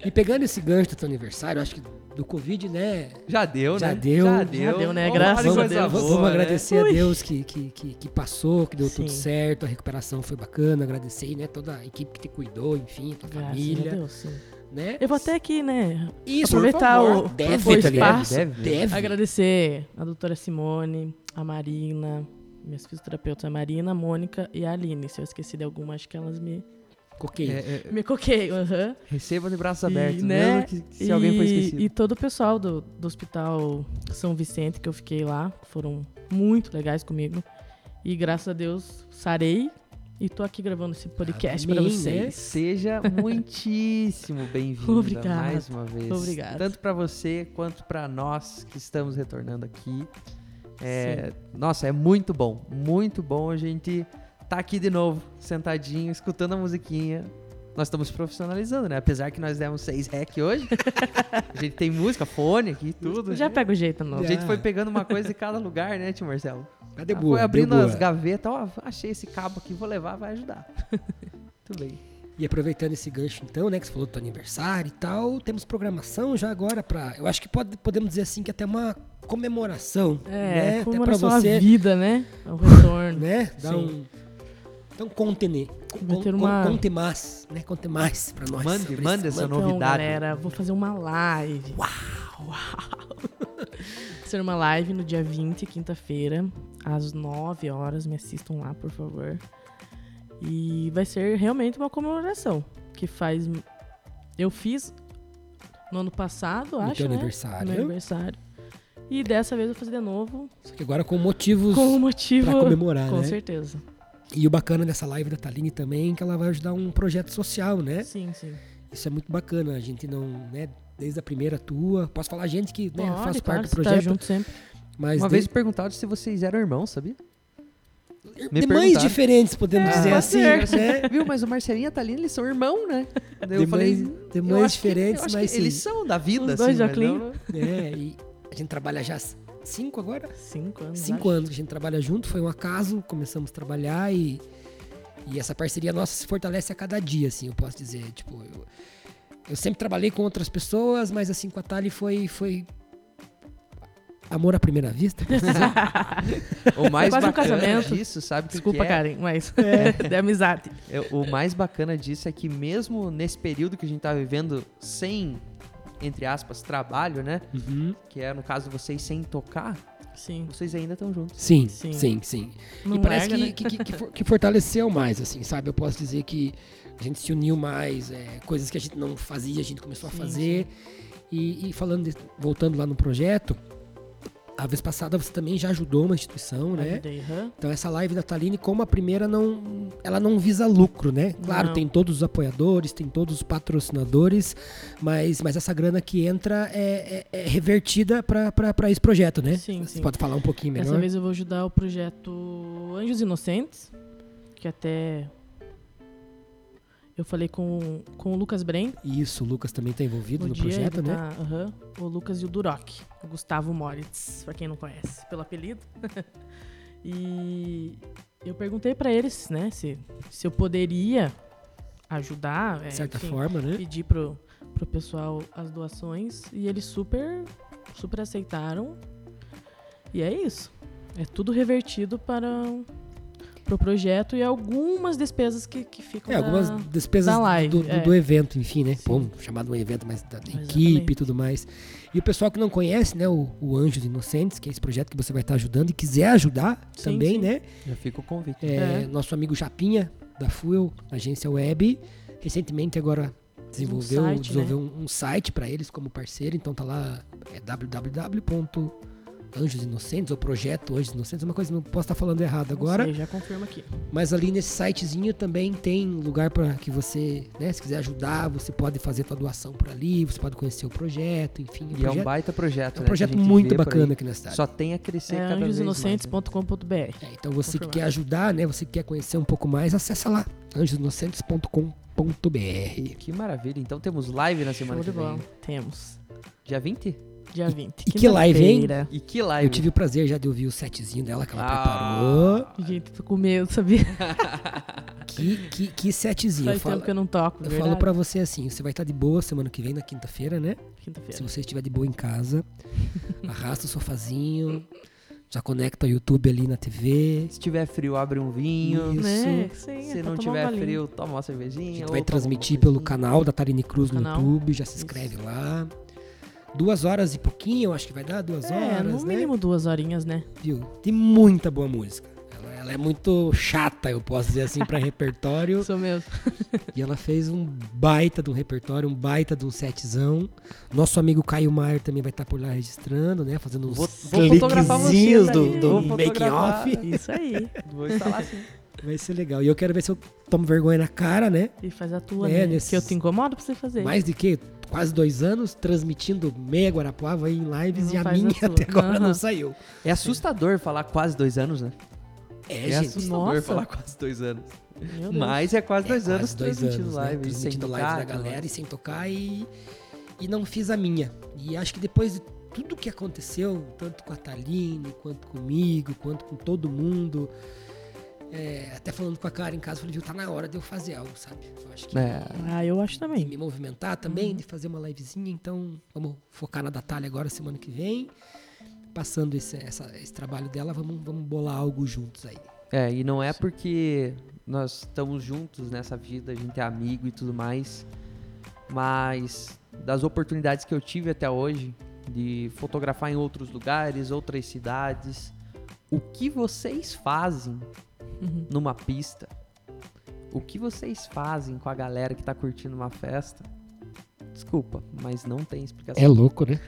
Speaker 1: E pegando esse gancho do teu aniversário, acho que do Covid, né?
Speaker 2: Já deu,
Speaker 1: Já
Speaker 2: né?
Speaker 1: deu.
Speaker 2: Já
Speaker 1: Já
Speaker 2: deu.
Speaker 3: deu, né?
Speaker 2: Vamos
Speaker 3: Graças
Speaker 2: falar de
Speaker 3: a
Speaker 2: coisa
Speaker 3: Deus.
Speaker 1: vamos,
Speaker 2: boa,
Speaker 1: vamos
Speaker 2: né?
Speaker 1: agradecer a Deus que, que, que, que passou, que deu tudo
Speaker 3: Sim.
Speaker 1: certo, a recuperação foi bacana. Agradecer, né? Toda a equipe que te cuidou, enfim, tua
Speaker 3: Graças a
Speaker 1: família.
Speaker 3: Deus, sim.
Speaker 1: né?
Speaker 3: Eu vou até aqui, né?
Speaker 1: Isso,
Speaker 3: aproveitar
Speaker 1: por favor.
Speaker 3: o-
Speaker 1: deve,
Speaker 3: o
Speaker 1: tá ligado?
Speaker 3: espaço.
Speaker 2: Deve, deve.
Speaker 1: Deve.
Speaker 3: Agradecer a doutora Simone, a Marina, minhas fisioterapeutas, a Marina, a Mônica e a Aline. Se eu esqueci de alguma, acho que elas me.
Speaker 1: Coquei.
Speaker 2: É, é,
Speaker 3: Me coquei. aham.
Speaker 2: receba de braços
Speaker 3: E,
Speaker 2: abertos,
Speaker 3: né,
Speaker 2: mesmo que se alguém for esquecido.
Speaker 3: E todo o pessoal do, do Hospital São Vicente que eu fiquei lá foram muito legais comigo. E graças a Deus sarei e tô aqui gravando esse podcast para
Speaker 1: Amém,
Speaker 3: vocês.
Speaker 2: Seja muitíssimo bem-vinda
Speaker 3: Obrigada.
Speaker 2: mais uma vez.
Speaker 3: Obrigada.
Speaker 2: Tanto para você quanto para nós que estamos retornando aqui. É, nossa, é muito bom, muito bom a gente tá aqui de novo, sentadinho, escutando a musiquinha. Nós estamos profissionalizando, né? Apesar que nós demos seis rec hoje, a gente tem música, fone aqui, tudo.
Speaker 3: Já
Speaker 2: né?
Speaker 3: pega o jeito novo.
Speaker 2: A gente foi pegando uma coisa de cada lugar, né, tio Marcelo?
Speaker 1: Cadê
Speaker 2: Ah,
Speaker 1: É. boa?
Speaker 2: Foi abrindo
Speaker 1: Deu boa.
Speaker 2: as gavetas, ó, achei esse cabo aqui, vou levar, vai ajudar. Muito bem.
Speaker 1: E aproveitando esse gancho, então, né, que você falou do teu aniversário e tal, temos programação já agora pra. Eu acho que pode- podemos dizer assim que até uma comemoração, né?
Speaker 3: É,
Speaker 1: Até
Speaker 3: como
Speaker 1: pra
Speaker 3: era só a
Speaker 1: você,
Speaker 3: vida, né? O retorno.
Speaker 1: né? Dar
Speaker 3: Sim.
Speaker 1: um. Então contene, con-
Speaker 3: Vai ter
Speaker 1: con-
Speaker 3: uma-
Speaker 1: conte mais, né? Conte mais pra nós.
Speaker 2: Mande,
Speaker 1: sobre
Speaker 2: mande
Speaker 1: isso.
Speaker 2: essa
Speaker 3: Então,
Speaker 2: novidade.
Speaker 3: galera, vou fazer uma live. Uau! Vai ser uma live no dia 20, quinta-feira, às 9 horas. Me assistam lá, por favor. E vai ser realmente uma comemoração. Que faz. Eu fiz no ano passado,
Speaker 1: No
Speaker 3: acho.
Speaker 1: teu
Speaker 3: né?
Speaker 1: aniversário.
Speaker 3: No aniversário. E dessa vez eu vou fazer de novo.
Speaker 1: Só que agora com motivos
Speaker 3: com o motivo.
Speaker 1: pra comemorar,
Speaker 3: com
Speaker 1: né?
Speaker 3: certeza.
Speaker 1: E o bacana dessa live da Taline também é que ela vai ajudar um projeto social, né?
Speaker 3: Sim, sim.
Speaker 1: Isso é muito bacana. A gente não, né? Desde a primeira tua. Posso falar gente que né,
Speaker 3: Pode,
Speaker 1: faz
Speaker 3: claro,
Speaker 1: parte do
Speaker 3: você tá
Speaker 1: projeto.
Speaker 3: junto sempre.
Speaker 1: Mas
Speaker 2: Uma
Speaker 1: desde-
Speaker 2: vez perguntaram se vocês eram irmãos, sabia? Me
Speaker 1: de mães
Speaker 2: perguntaram.
Speaker 1: diferentes, podemos
Speaker 2: Ah,
Speaker 3: É,
Speaker 1: dizer
Speaker 3: pode
Speaker 1: assim, né?
Speaker 2: Viu, mas o Marcelinho e a Thalina, eles são irmão, né? Daí
Speaker 1: De
Speaker 2: eu falei,
Speaker 1: mães-
Speaker 2: "Hum,
Speaker 1: de
Speaker 2: eu
Speaker 1: mães
Speaker 2: acho que- eu
Speaker 1: diferentes,
Speaker 2: acho
Speaker 1: mas
Speaker 2: que eles
Speaker 1: sim."
Speaker 2: são da vida,
Speaker 3: Os dois
Speaker 2: assim, mas
Speaker 3: Jacqueline.
Speaker 2: não-
Speaker 1: É, e a gente trabalha já há cinco agora?
Speaker 3: Cinco anos.
Speaker 1: Cinco
Speaker 3: acho.
Speaker 1: anos que a gente trabalha junto, foi um acaso, começamos a trabalhar e, e essa parceria nossa se fortalece a cada dia, assim, eu posso dizer. Tipo, eu, eu sempre trabalhei com outras pessoas, mas assim, com a Thali foi, foi amor à primeira vista. posso dizer.
Speaker 2: O mais
Speaker 3: Quase um
Speaker 2: bacana
Speaker 3: casamento.
Speaker 2: disso, sabe o que
Speaker 3: Desculpa,
Speaker 2: que é?
Speaker 3: Karen, mas de amizade.
Speaker 2: Eu- O mais bacana disso é que mesmo nesse período que a gente tá vivendo sem, entre aspas, trabalho, né? Que é, no caso, vocês sem tocar,
Speaker 3: Sim.
Speaker 2: vocês ainda estão juntos.
Speaker 1: Sim,
Speaker 3: Sim.
Speaker 1: sim, sim, sim.
Speaker 3: Não
Speaker 1: e parece
Speaker 3: larga,
Speaker 1: que,
Speaker 3: né?
Speaker 1: que, que- que for- que fortaleceu mais, assim, sabe? Eu posso dizer que a gente se uniu mais, é, coisas que a gente não fazia, a gente começou
Speaker 3: Sim,
Speaker 1: a fazer. E, e falando, de- voltando lá no projeto, a vez passada você também já ajudou uma instituição, né?
Speaker 3: Ajudei, hã?
Speaker 1: Então essa live da Taline, como a primeira, não, ela não visa lucro, né? Claro,
Speaker 3: Não.
Speaker 1: tem todos os apoiadores, tem todos os patrocinadores, mas, mas essa grana que entra é, é- é revertida para esse projeto, né?
Speaker 3: Sim,
Speaker 1: Você
Speaker 3: sim. é
Speaker 1: pode falar um pouquinho melhor?
Speaker 3: Dessa vez eu vou ajudar o projeto Anjos Inocentes, que até eu falei com, com o Lucas Bren.
Speaker 1: Isso, o Lucas também está envolvido
Speaker 3: no
Speaker 1: no
Speaker 3: dia,
Speaker 1: projeto,
Speaker 3: ele
Speaker 1: né?
Speaker 3: tá- aham, o Lucas e o Duroc, o Gustavo Moritz, pra quem não conhece, pelo apelido. e eu perguntei pra eles, né, se, se eu poderia ajudar. é,
Speaker 1: De certa
Speaker 3: enfim,
Speaker 1: forma, né?
Speaker 3: pedi pro, pro pessoal as doações e eles super, super aceitaram. E é isso. É tudo revertido para pro projeto e algumas despesas que, que ficam.
Speaker 1: É,
Speaker 3: da-
Speaker 1: algumas despesas
Speaker 3: da tá live,
Speaker 1: do, do-
Speaker 3: é.
Speaker 1: do evento, enfim, né?
Speaker 3: Sim.
Speaker 1: Bom, chamado um evento, mas da, da equipe
Speaker 3: Exatamente.
Speaker 1: e tudo mais. E o pessoal que não conhece, né? O, o Anjos Inocentes, que é esse projeto que você vai estar ajudando e quiser ajudar
Speaker 3: Sim,
Speaker 1: também,
Speaker 3: sim.
Speaker 1: né?
Speaker 2: Já fica o convite.
Speaker 1: É,
Speaker 3: É.
Speaker 1: Nosso amigo Chapinha, da Fuel, agência web, recentemente agora desenvolveu,
Speaker 3: site, né?
Speaker 1: desenvolveu um, um site para eles como parceiro, então tá lá é www.anjosinocentes, ou projeto Anjos Inocentes, uma coisa que não posso estar falando errado
Speaker 3: Não
Speaker 1: agora.
Speaker 3: sei, já confirma aqui.
Speaker 1: Mas ali nesse sitezinho também tem lugar para que você, né, se quiser ajudar, você pode fazer sua doação por ali, você pode conhecer o projeto, enfim.
Speaker 2: E
Speaker 1: o projeto,
Speaker 2: é um baita projeto,
Speaker 1: é um
Speaker 2: né? que a
Speaker 1: projeto
Speaker 2: gente vê
Speaker 1: muito
Speaker 2: por aí.
Speaker 1: bacana aqui na cidade.
Speaker 2: Só tem a crescer
Speaker 3: É
Speaker 2: cada vez mais. né?
Speaker 3: anjosinocentes.com.br.
Speaker 1: É, então você que
Speaker 3: Confirmado.
Speaker 1: quer ajudar, né, você que quer conhecer um pouco mais, acessa lá, anjosinocentes.com.br.
Speaker 2: Que maravilha. Então temos live na semana
Speaker 3: Show
Speaker 2: que
Speaker 3: de bola.
Speaker 2: vem.
Speaker 3: Temos.
Speaker 2: Dia 20?
Speaker 3: Dia 20.
Speaker 1: e que live, hein?
Speaker 3: quinta-feira.
Speaker 2: E que live.
Speaker 1: Eu tive o prazer já de ouvir o setzinho dela que ela
Speaker 2: Ah.
Speaker 1: preparou.
Speaker 3: Gente, tô com medo, sabia?
Speaker 1: Que, que, que setzinho. Eu
Speaker 3: Faz
Speaker 1: falo,
Speaker 3: tempo que eu não toco,
Speaker 1: eu
Speaker 3: verdade.
Speaker 1: falo pra você assim, você vai estar de boa semana que vem, na quinta-feira, né? Se
Speaker 3: Quinta-feira.
Speaker 1: você estiver de boa em casa, arrasta o sofazinho, Já conecta o YouTube ali na TV.
Speaker 2: Se tiver frio, abre um vinho.
Speaker 1: Isso.
Speaker 3: Né? Sim, é
Speaker 2: Se
Speaker 3: pra
Speaker 2: não
Speaker 3: tomar um
Speaker 2: tiver
Speaker 3: golinho.
Speaker 2: frio, toma uma
Speaker 1: A
Speaker 2: cervejinha.
Speaker 1: gente
Speaker 2: ou
Speaker 1: vai
Speaker 2: toma
Speaker 1: transmitir
Speaker 2: uma
Speaker 1: pelo
Speaker 2: coisinha.
Speaker 1: canal da Tarine Cruz no
Speaker 3: Canal.
Speaker 1: YouTube. Já se inscreve lá. Duas horas e pouquinho, eu acho que vai dar duas
Speaker 3: É,
Speaker 1: horas,
Speaker 3: no
Speaker 1: né?
Speaker 3: mínimo duas horinhas, né?
Speaker 1: Viu? Tem muita boa música. Ela, ela é muito chata, eu posso dizer assim, pra repertório.
Speaker 3: Isso mesmo.
Speaker 1: E ela fez um baita de um repertório, um baita de um setzão. Nosso amigo Caio Maier também vai estar por lá registrando, né? Fazendo uns
Speaker 2: Vou- vou fotografar
Speaker 1: cliquezinhos
Speaker 2: vocês
Speaker 1: do,
Speaker 2: ali,
Speaker 1: do
Speaker 2: vou
Speaker 1: making
Speaker 2: fotografar.
Speaker 1: off.
Speaker 3: Isso aí.
Speaker 2: Vou instalar assim. sim.
Speaker 1: Vai ser legal. E eu quero ver se eu tomo vergonha na cara, né?
Speaker 3: E faz a tua,
Speaker 1: É,
Speaker 3: né?
Speaker 1: nesses-
Speaker 3: Que eu te incomodo pra você fazer.
Speaker 1: Mais de que quase dois anos transmitindo meia Guarapuava em lives
Speaker 3: Não
Speaker 1: e a
Speaker 3: faz a
Speaker 1: minha
Speaker 3: sua.
Speaker 1: até agora
Speaker 3: Aham.
Speaker 1: não saiu.
Speaker 2: É assustador falar quase dois anos, né?
Speaker 1: É,
Speaker 2: É,
Speaker 1: gente.
Speaker 2: assustador
Speaker 3: Nossa.
Speaker 2: falar quase dois anos.
Speaker 3: Meu Deus.
Speaker 2: Mas é quase dois
Speaker 1: É,
Speaker 2: anos
Speaker 1: quase dois
Speaker 2: transmitindo
Speaker 1: anos, né?
Speaker 2: live. sem
Speaker 1: Transmitindo live da
Speaker 2: tocar,
Speaker 1: galera e sem tocar e, e não fiz a minha. E acho que depois de tudo que aconteceu, tanto com a Taline, quanto comigo, quanto com todo mundo, é, até falando com a cara em casa, eu falei, viu, tá na hora de eu fazer algo, sabe? Eu acho que
Speaker 2: É.
Speaker 3: Ah, eu acho
Speaker 1: de
Speaker 3: também.
Speaker 1: me movimentar também, de fazer uma livezinha, então vamos focar na Natália agora semana que vem. Passando esse, essa- esse trabalho dela, vamos, vamos bolar algo juntos aí.
Speaker 2: É, e não é porque nós estamos juntos nessa vida, a gente é amigo e tudo mais, mas das oportunidades que eu tive até hoje de fotografar em outros lugares, outras cidades, o que vocês fazem
Speaker 3: Uhum.
Speaker 2: numa pista? O que vocês fazem com a galera que tá curtindo uma festa? Desculpa, mas não tem explicação.
Speaker 1: louco, né?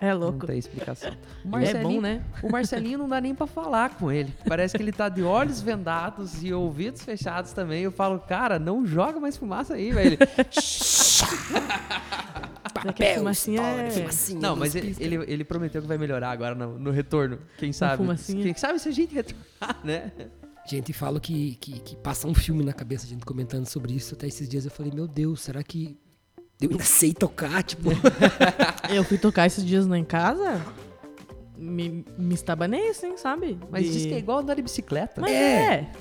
Speaker 3: É
Speaker 2: não
Speaker 3: louco.
Speaker 2: tem explicação. O
Speaker 3: É bom,
Speaker 2: Marcelinho,
Speaker 3: né?
Speaker 2: o Marcelinho não dá nem pra falar com ele. Parece que ele tá de olhos vendados e ouvidos fechados também. Eu falo, cara, não joga mais fumaça aí, velho.
Speaker 3: que a
Speaker 1: Papel,
Speaker 3: fumacinha
Speaker 1: história,
Speaker 3: é-
Speaker 1: fumacinha,
Speaker 2: Não, mas
Speaker 1: luz
Speaker 2: ele,
Speaker 1: pisca.
Speaker 2: ele, ele prometeu que vai melhorar agora no, no retorno. Quem sabe?
Speaker 3: fumacinha.
Speaker 2: Quem sabe se a gente retornar, né?
Speaker 1: Gente, falo que, que, que passa um filme na cabeça, a gente comentando sobre isso. Até esses dias eu falei, meu Deus, será que eu ainda sei tocar? Tipo,
Speaker 3: Eu fui tocar esses dias lá em casa, me, me estabanei assim, sabe?
Speaker 2: Mas
Speaker 3: De-
Speaker 2: diz que é igual andar de bicicleta.
Speaker 3: Mas
Speaker 1: É.
Speaker 3: é.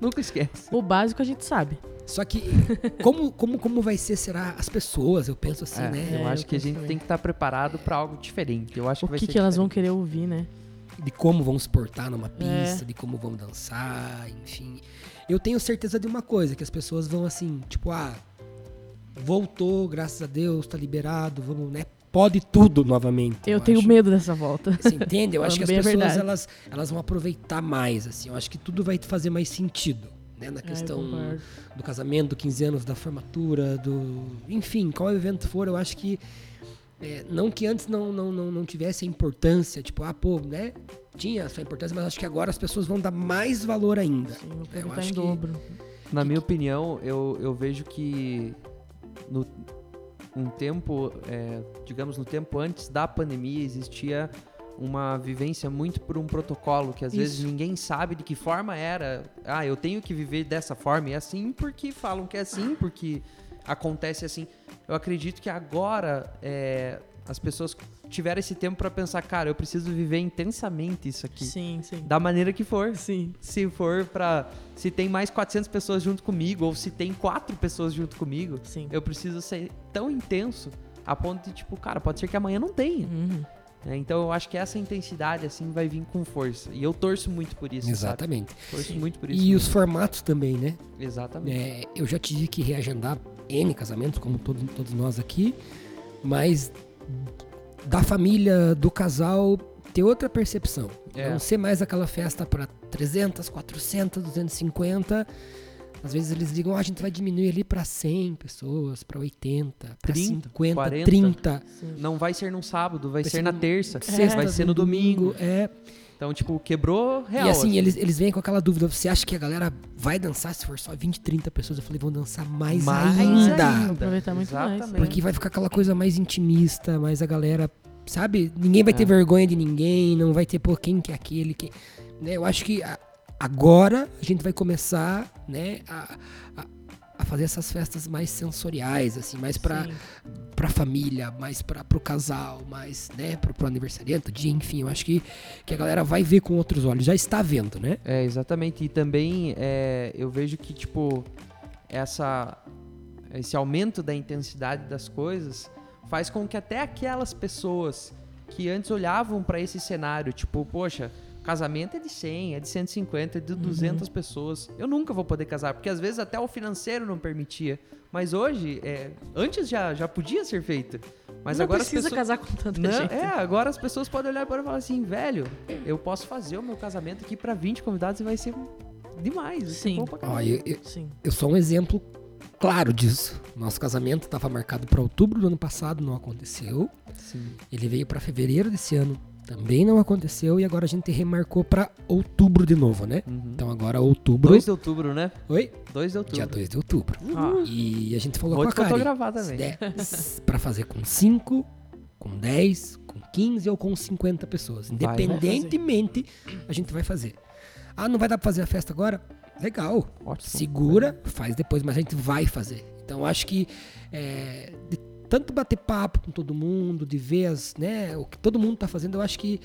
Speaker 2: Nunca esquece.
Speaker 3: O básico a gente sabe.
Speaker 1: só que como, como, como vai ser, será, as pessoas? Eu penso assim,
Speaker 2: É,
Speaker 1: né?
Speaker 2: eu
Speaker 3: É,
Speaker 2: acho
Speaker 3: eu
Speaker 2: que a
Speaker 3: penso
Speaker 2: gente
Speaker 3: também.
Speaker 2: tem que estar preparado pra algo diferente. Eu acho
Speaker 3: O
Speaker 2: que vai
Speaker 3: que,
Speaker 2: ser
Speaker 3: que elas vão
Speaker 2: diferente.
Speaker 3: querer ouvir, né?
Speaker 1: De como vão se portar numa pista,
Speaker 3: É.
Speaker 1: de como vão dançar, enfim. Eu tenho certeza de uma coisa, que as pessoas vão assim, tipo, ah, voltou, graças a Deus, tá liberado, vamos, né? Pode tudo novamente.
Speaker 3: Eu, tenho
Speaker 1: acho.
Speaker 3: medo dessa volta.
Speaker 1: Você entende? Eu acho que as
Speaker 3: Falando bem a
Speaker 1: pessoas
Speaker 3: verdade.
Speaker 1: elas, elas vão aproveitar mais, assim. Eu acho que tudo vai fazer mais sentido, né? Na
Speaker 3: Ah, eu
Speaker 1: questão
Speaker 3: concordo.
Speaker 1: do casamento, do 15 anos, da formatura, do... Enfim, qual evento for, eu acho que... é, não que antes não, não, não, não tivesse a importância, tipo, ah, pô, né? Tinha a sua importância, mas acho que agora as pessoas vão dar mais valor ainda.
Speaker 3: Sim, eu
Speaker 1: Eu
Speaker 3: quero estar
Speaker 1: acho
Speaker 3: em
Speaker 1: que-
Speaker 3: dobro.
Speaker 2: Na minha opinião, eu, eu vejo que no um tempo, é, digamos, no tempo antes da pandemia, existia uma vivência muito por um protocolo que às vezes
Speaker 1: Isso.
Speaker 2: ninguém sabe de que forma era. Ah, eu tenho que viver dessa forma e é assim porque falam que é assim, porque acontece assim. Eu acredito que agora é, as pessoas tiveram esse tempo pra pensar, cara, eu preciso viver intensamente isso aqui,
Speaker 3: Sim, sim.
Speaker 2: da maneira que for
Speaker 3: Sim.
Speaker 2: se for pra. se tem mais 400 pessoas junto comigo ou se tem quatro pessoas junto comigo,
Speaker 3: Sim.
Speaker 2: eu preciso ser tão intenso a ponto de tipo, cara, pode ser que amanhã não tenha.
Speaker 3: Uhum.
Speaker 2: né? Então eu acho que essa intensidade assim vai vir com força e eu torço muito por isso. sabe?
Speaker 1: Exatamente.
Speaker 2: Torço muito por isso.
Speaker 1: E os formatos também, né?
Speaker 2: Exatamente.
Speaker 1: É, eu já tive que reagendar N casamentos, como todo- todos nós aqui, mas da família, do casal, ter outra percepção.
Speaker 2: É.
Speaker 1: Não ser mais aquela festa para 300, 400, 250. Às vezes eles ligam, "Ó, a gente vai diminuir ali para 100 pessoas, para 80, para
Speaker 2: 30,
Speaker 1: 50,
Speaker 2: 40.
Speaker 1: 30.
Speaker 3: Sim.
Speaker 2: Não vai ser num sábado, vai,
Speaker 1: É. Vai
Speaker 2: ser
Speaker 1: ser
Speaker 2: na
Speaker 1: num-
Speaker 2: terça,
Speaker 1: sexta,
Speaker 2: É. vai ser no domingo.
Speaker 1: É,
Speaker 2: Então, tipo, quebrou real.
Speaker 1: e assim, eles, eles vêm com aquela dúvida: você acha que a galera vai dançar se for só 20, 30 pessoas? Eu falei, vão dançar mais,
Speaker 2: Mais
Speaker 1: ainda.
Speaker 2: ainda.
Speaker 3: Aproveitar muito mais. né?
Speaker 2: Exatamente.
Speaker 1: Porque vai ficar aquela coisa mais intimista, mais a galera, sabe? Ninguém vai ter vergonha de ninguém, não vai ter, pô, quem que é aquele, quem... Né? Eu acho que a- agora a gente vai começar, né, a, a- a fazer essas festas mais sensoriais, assim, mais pra,
Speaker 3: Sim.
Speaker 1: pra família, mais pra, pro casal, mais, né, pro, pro aniversariante, dia, enfim. Eu acho que, que a galera vai ver com outros olhos, já está vendo, né?
Speaker 2: É, exatamente. E também é, eu vejo que, tipo, essa, esse aumento da intensidade das coisas faz com que até aquelas pessoas que antes olhavam para esse cenário, tipo, poxa, Casamento é de 100, é de 150, é
Speaker 3: Uhum.
Speaker 2: de 200 pessoas. Eu nunca vou poder casar, porque às vezes até o financeiro não permitia. Mas hoje, é, antes já, já podia ser feito. Mas
Speaker 3: não
Speaker 2: agora as
Speaker 3: precisa
Speaker 2: pessoas...
Speaker 3: casar com tanta
Speaker 2: Não,
Speaker 3: gente.
Speaker 2: é, agora as pessoas podem olhar para e falar assim, velho, eu posso fazer o meu casamento aqui para 20 convidados e vai ser demais. vai ser
Speaker 3: Sim.
Speaker 2: bom pra
Speaker 1: Ó,
Speaker 2: caralho.
Speaker 1: eu, eu-
Speaker 3: Sim.
Speaker 1: eu sou um exemplo claro disso. Nosso casamento estava marcado para outubro do ano passado, não aconteceu.
Speaker 2: Sim.
Speaker 1: Ele veio para fevereiro desse ano, também não aconteceu. E agora a gente remarcou para outubro de novo, né?
Speaker 2: Uhum.
Speaker 1: Então agora outubro.
Speaker 2: 2 de outubro, né?
Speaker 1: Oi?
Speaker 2: 2 de outubro.
Speaker 1: Dia 2 de outubro.
Speaker 3: Ó,
Speaker 1: E a gente falou
Speaker 2: Vou
Speaker 1: tá com a
Speaker 2: te
Speaker 1: Karen.
Speaker 2: fotografar
Speaker 1: Se
Speaker 2: também.
Speaker 1: der s- pra fazer com 5, com 10, com 15 ou com 50 pessoas.
Speaker 2: Vai, né? vai
Speaker 1: Independentemente, a gente vai fazer. Ah, não vai dar pra fazer a festa agora? Legal.
Speaker 2: Ótimo.
Speaker 1: Segura, faz depois, mas a gente vai fazer. Então acho que é, de tanto bater papo com todo mundo, de ver as, né, o que todo mundo tá fazendo, eu acho que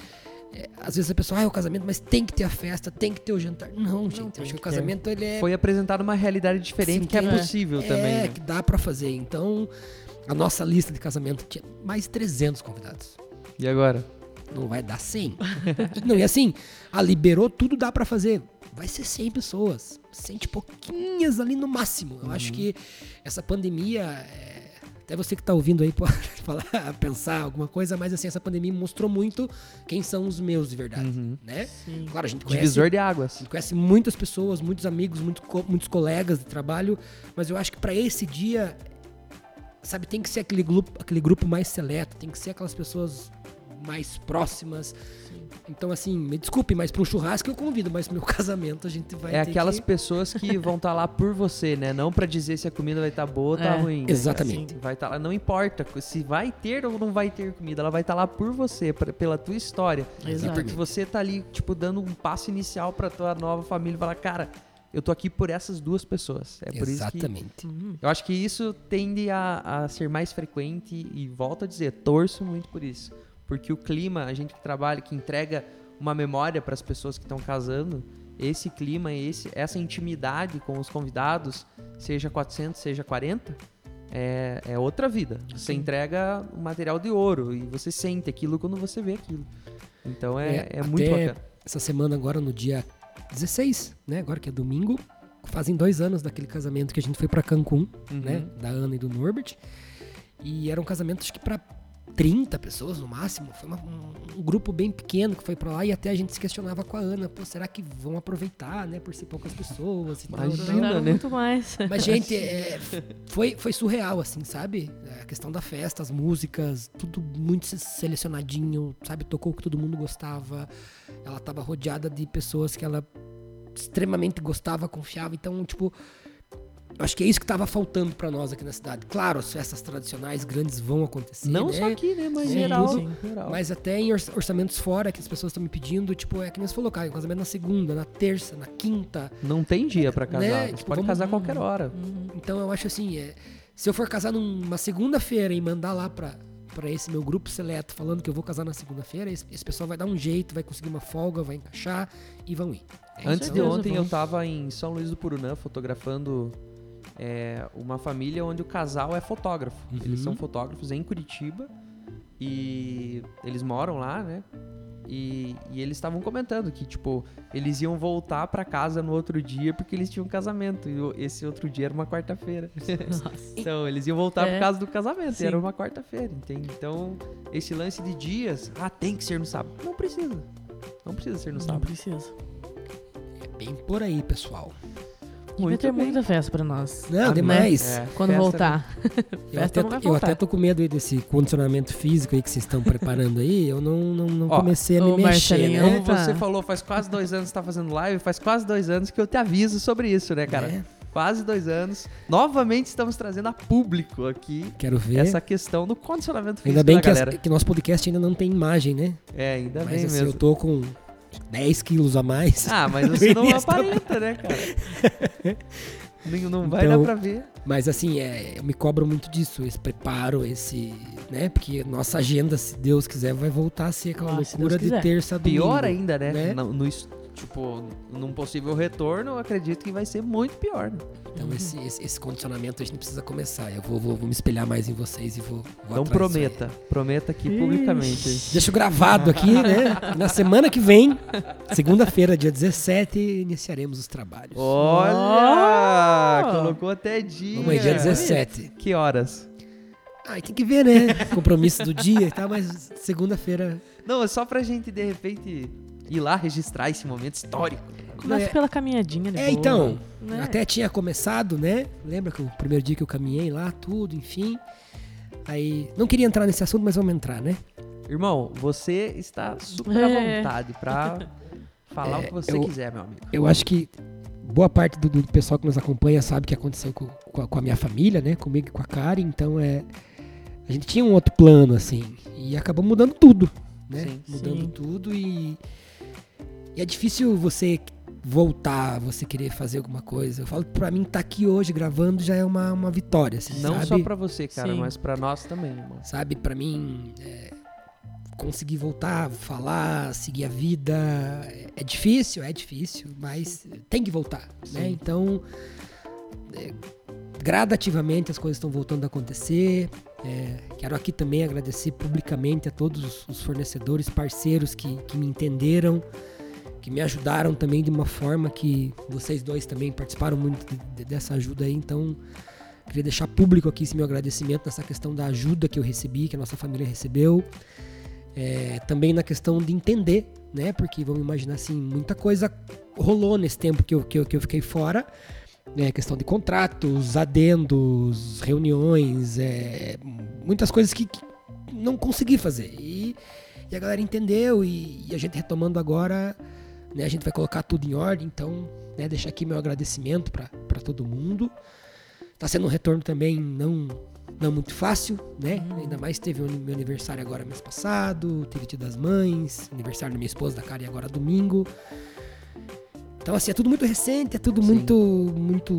Speaker 1: é, às vezes a pessoa, ah, é o casamento, mas tem que ter a festa, tem que ter o jantar. Não, gente, eu
Speaker 3: tem
Speaker 1: acho que o
Speaker 3: que ter.
Speaker 1: casamento ele é
Speaker 2: Foi apresentada uma realidade diferente
Speaker 1: Sim,
Speaker 2: que é
Speaker 1: tem-
Speaker 2: possível também.
Speaker 1: é,
Speaker 2: né?
Speaker 1: que dá pra fazer. Então, a nossa lista de casamento tinha mais 300 convidados.
Speaker 2: E agora?
Speaker 1: Não vai dar 100. não, e assim, ah, liberou tudo, dá pra fazer. Vai ser 100 pessoas. 100 e pouquinhas ali no máximo. Eu acho que essa pandemia. é, Até você que tá ouvindo aí pode falar, pensar alguma coisa, mas assim, essa pandemia mostrou muito quem são os meus de verdade, né?
Speaker 3: sim.
Speaker 1: Claro, a gente conhece
Speaker 2: Divisor de águas.
Speaker 1: gente conhece muitas pessoas, muitos amigos, muito co- muitos colegas de trabalho, mas eu acho que para esse dia, sabe, tem que ser aquele grupo, aquele grupo mais seleto, tem que ser aquelas pessoas mais próximas. Então, assim, me desculpe, mas para um churrasco eu convido, mas pro meu casamento a gente vai
Speaker 2: É
Speaker 1: ter
Speaker 2: aquelas
Speaker 1: que...
Speaker 2: pessoas que vão estar lá por você, né? Não pra dizer se a comida vai estar boa ou tá
Speaker 3: É.
Speaker 2: ruim.
Speaker 1: Exatamente.
Speaker 2: Vai estar lá, não importa se vai ter ou não vai ter comida, ela vai estar lá por você, pra- pela tua história. E
Speaker 3: Exato.
Speaker 2: porque você tá ali, tipo, dando um passo inicial pra tua nova família e falar, cara, eu tô aqui por essas duas pessoas. É por isso que
Speaker 1: Exatamente.
Speaker 3: Uhum.
Speaker 2: Eu acho que isso tende a, a ser mais frequente e volto a dizer, torço muito por isso. Porque o clima, a gente que trabalha, que entrega uma memória para as pessoas que estão casando, esse clima, esse, essa intimidade com os convidados, seja 400, seja 40, é, é outra vida. Você entrega um material de ouro e você sente aquilo quando você vê aquilo. Então é, é,
Speaker 1: até
Speaker 2: muito bacana.
Speaker 1: Essa semana agora, no dia 16, né? Agora que é domingo, fazem dois anos daquele casamento que a gente foi para Cancún.
Speaker 2: Uhum.
Speaker 1: né? Da Ana e do Norbert. E era um casamento, acho que pra 30 pessoas no máximo. Foi uma- um- um grupo bem pequeno que foi pra lá e até a gente se questionava com a Ana: pô, será que vão aproveitar, né? Por ser poucas pessoas e tal, tal.
Speaker 2: Imagina,
Speaker 3: Aproveitaram
Speaker 2: né?
Speaker 3: muito mais.
Speaker 1: Mas, gente, é, f- foi, foi surreal, assim, sabe? A questão da festa, as músicas, tudo muito se- selecionadinho, sabe? Tocou o que todo mundo gostava. Ela tava rodeada de pessoas que ela extremamente gostava, confiava. Então, tipo, eu acho que é isso que tava faltando pra nós aqui na cidade. Claro, as festas tradicionais grandes vão acontecer.
Speaker 2: Não
Speaker 1: né?
Speaker 2: só aqui, né? Mas
Speaker 3: Sim,
Speaker 2: geral.
Speaker 3: sim.
Speaker 2: geral.
Speaker 1: Mas até em ors- orçamentos fora que as pessoas estão me pedindo, tipo, é que nem você falou, cara, um casamento na segunda, na terça, na quinta.
Speaker 2: Não tem dia para casar.
Speaker 1: Né?
Speaker 2: Você
Speaker 1: Tipo,
Speaker 2: pode
Speaker 1: vamos-
Speaker 2: casar a qualquer hora.
Speaker 3: Uhum.
Speaker 1: Então eu acho assim, é, se eu for casar numa segunda-feira e mandar lá pra, pra esse meu grupo seleto falando que eu vou casar na segunda-feira, esse, esse pessoal vai dar um jeito, vai conseguir uma folga, vai encaixar e vão ir. É isso
Speaker 2: Antes
Speaker 1: aí.
Speaker 2: de
Speaker 3: certeza,
Speaker 2: ontem eu
Speaker 3: vamos.
Speaker 2: tava em São Luís do Purunã fotografando é, uma família onde o casal é fotógrafo.
Speaker 1: Uhum.
Speaker 2: Eles são fotógrafos em Curitiba e eles moram lá, né? E, e eles estavam comentando que, tipo, eles iam voltar pra casa no outro dia porque eles tinham um casamento. E o- esse outro dia era uma quarta-feira. então, eles iam voltar
Speaker 3: É.
Speaker 2: por causa do casamento.
Speaker 3: Sim.
Speaker 2: E era uma quarta-feira, entende? Então, esse lance de dias, ah, tem que ser no sábado. Não precisa. Não precisa ser no
Speaker 3: Não
Speaker 2: sábado.
Speaker 3: precisa.
Speaker 1: É bem por aí, pessoal.
Speaker 3: Vai ter
Speaker 2: bem.
Speaker 3: muita festa pra nós.
Speaker 1: Não,
Speaker 2: Amém.
Speaker 1: demais.
Speaker 2: É,
Speaker 3: Quando
Speaker 2: festa-
Speaker 3: voltar.
Speaker 1: Eu,
Speaker 3: Festa
Speaker 1: até,
Speaker 3: não vai
Speaker 1: eu
Speaker 3: faltar.
Speaker 1: até tô com medo aí desse condicionamento físico aí que vocês estão preparando aí. Eu não, não, não
Speaker 2: Ó,
Speaker 1: comecei a me
Speaker 3: ô,
Speaker 1: mexer,
Speaker 3: Marcelinho,
Speaker 1: né?
Speaker 2: É Como
Speaker 3: Eita.
Speaker 2: você falou, faz quase dois anos que tá fazendo live, faz quase dois anos que eu te aviso sobre isso, né, cara?
Speaker 1: É,
Speaker 2: Quase dois anos. Novamente estamos trazendo a público aqui
Speaker 1: quero ver.
Speaker 2: essa questão do condicionamento físico
Speaker 1: Ainda bem
Speaker 2: da
Speaker 1: que, as-
Speaker 2: galera.
Speaker 1: que nosso podcast ainda não tem imagem, né?
Speaker 2: É, ainda
Speaker 1: Mas
Speaker 2: bem
Speaker 1: assim, eu
Speaker 2: mesmo.
Speaker 1: tô com 10 quilos a mais.
Speaker 2: Ah, mas você não
Speaker 1: Início.
Speaker 2: aparenta, né, cara? não não vai
Speaker 1: Então-
Speaker 2: dar pra ver.
Speaker 1: Mas assim, é, eu me cobro muito disso, esse preparo, esse. né? Porque nossa agenda, se Deus quiser, vai voltar a ser aquela
Speaker 3: Ah, se Deus
Speaker 1: loucura de
Speaker 3: quiser.
Speaker 1: terça a domingo.
Speaker 2: Pior ainda, né?
Speaker 1: né?
Speaker 2: No, no es- tipo, num possível retorno, eu acredito que vai ser muito pior. né?
Speaker 3: Uhum.
Speaker 1: Então esse, esse, esse condicionamento a gente precisa começar. Eu vou, vou, vou me espelhar mais em vocês e vou. vou
Speaker 2: Então
Speaker 1: atrás disso aí.
Speaker 2: prometa, prometa aqui publicamente.
Speaker 1: Deixo gravado aqui, né? Na semana que vem, segunda-feira, dia 17, iniciaremos os trabalhos.
Speaker 2: Olha!
Speaker 3: Oh!
Speaker 2: Colocou até dia.
Speaker 1: Vamos aí, dia 17.
Speaker 2: Que horas?
Speaker 1: Ai, tem que ver, né? Compromisso do dia e tal, mas segunda-feira.
Speaker 2: Não, é só pra gente, de repente, ir lá registrar esse momento histórico.
Speaker 3: Começa
Speaker 1: É.
Speaker 3: pela caminhadinha depois.
Speaker 1: É, então,
Speaker 3: né?
Speaker 1: até tinha começado, né? Lembra que o primeiro dia que eu caminhei lá, tudo, enfim. Aí, não queria entrar nesse assunto, mas vamos entrar, né?
Speaker 2: Irmão, você está super à
Speaker 3: É.
Speaker 2: vontade pra falar o que você
Speaker 1: É, eu-
Speaker 2: quiser, meu amigo.
Speaker 1: Eu acho que boa parte do, do pessoal que nos acompanha sabe o que aconteceu com, com a, com a minha família, né? Comigo e com a Karen. Então é. A gente tinha um outro plano, assim. E acabou mudando tudo, né?
Speaker 2: Sim.
Speaker 1: mudando
Speaker 3: Sim.
Speaker 1: tudo e. E é difícil você voltar, você querer fazer alguma coisa. Eu falo que pra mim estar aqui hoje gravando já é uma, uma vitória, assim,
Speaker 2: Não
Speaker 1: sabe?
Speaker 2: só pra você, cara,
Speaker 3: Sim.
Speaker 2: mas pra nós também, irmão.
Speaker 1: Sabe, pra mim, é, conseguir voltar, falar, seguir a vida, é- é difícil, é difícil, mas tem que voltar, né?
Speaker 2: Sim.
Speaker 1: Então, é, gradativamente as coisas estão voltando a acontecer. É, quero aqui também agradecer publicamente a todos os- os fornecedores, parceiros que, que me entenderam, que me ajudaram também de uma forma que vocês dois também participaram muito de- de- dessa ajuda aí, então... Queria deixar público aqui esse meu agradecimento nessa questão da ajuda que eu recebi, que a nossa família recebeu. É, também na questão de entender, né? Porque vamos imaginar assim, muita coisa rolou nesse tempo que eu, que eu, que eu fiquei fora. Né, questão de contratos, adendos, reuniões, é, muitas coisas que, que não consegui fazer. E, e a galera entendeu e, e a gente retomando agora, né, a gente vai colocar tudo em ordem. Então, né, deixar aqui meu agradecimento para todo mundo. Tá sendo um retorno também não, não muito fácil, né? Ainda mais teve o meu aniversário agora mês passado, teve dia das mães, aniversário da minha esposa, da Karen agora domingo. Então, assim, é tudo muito recente, é tudo
Speaker 2: Sim.
Speaker 1: muito, muito...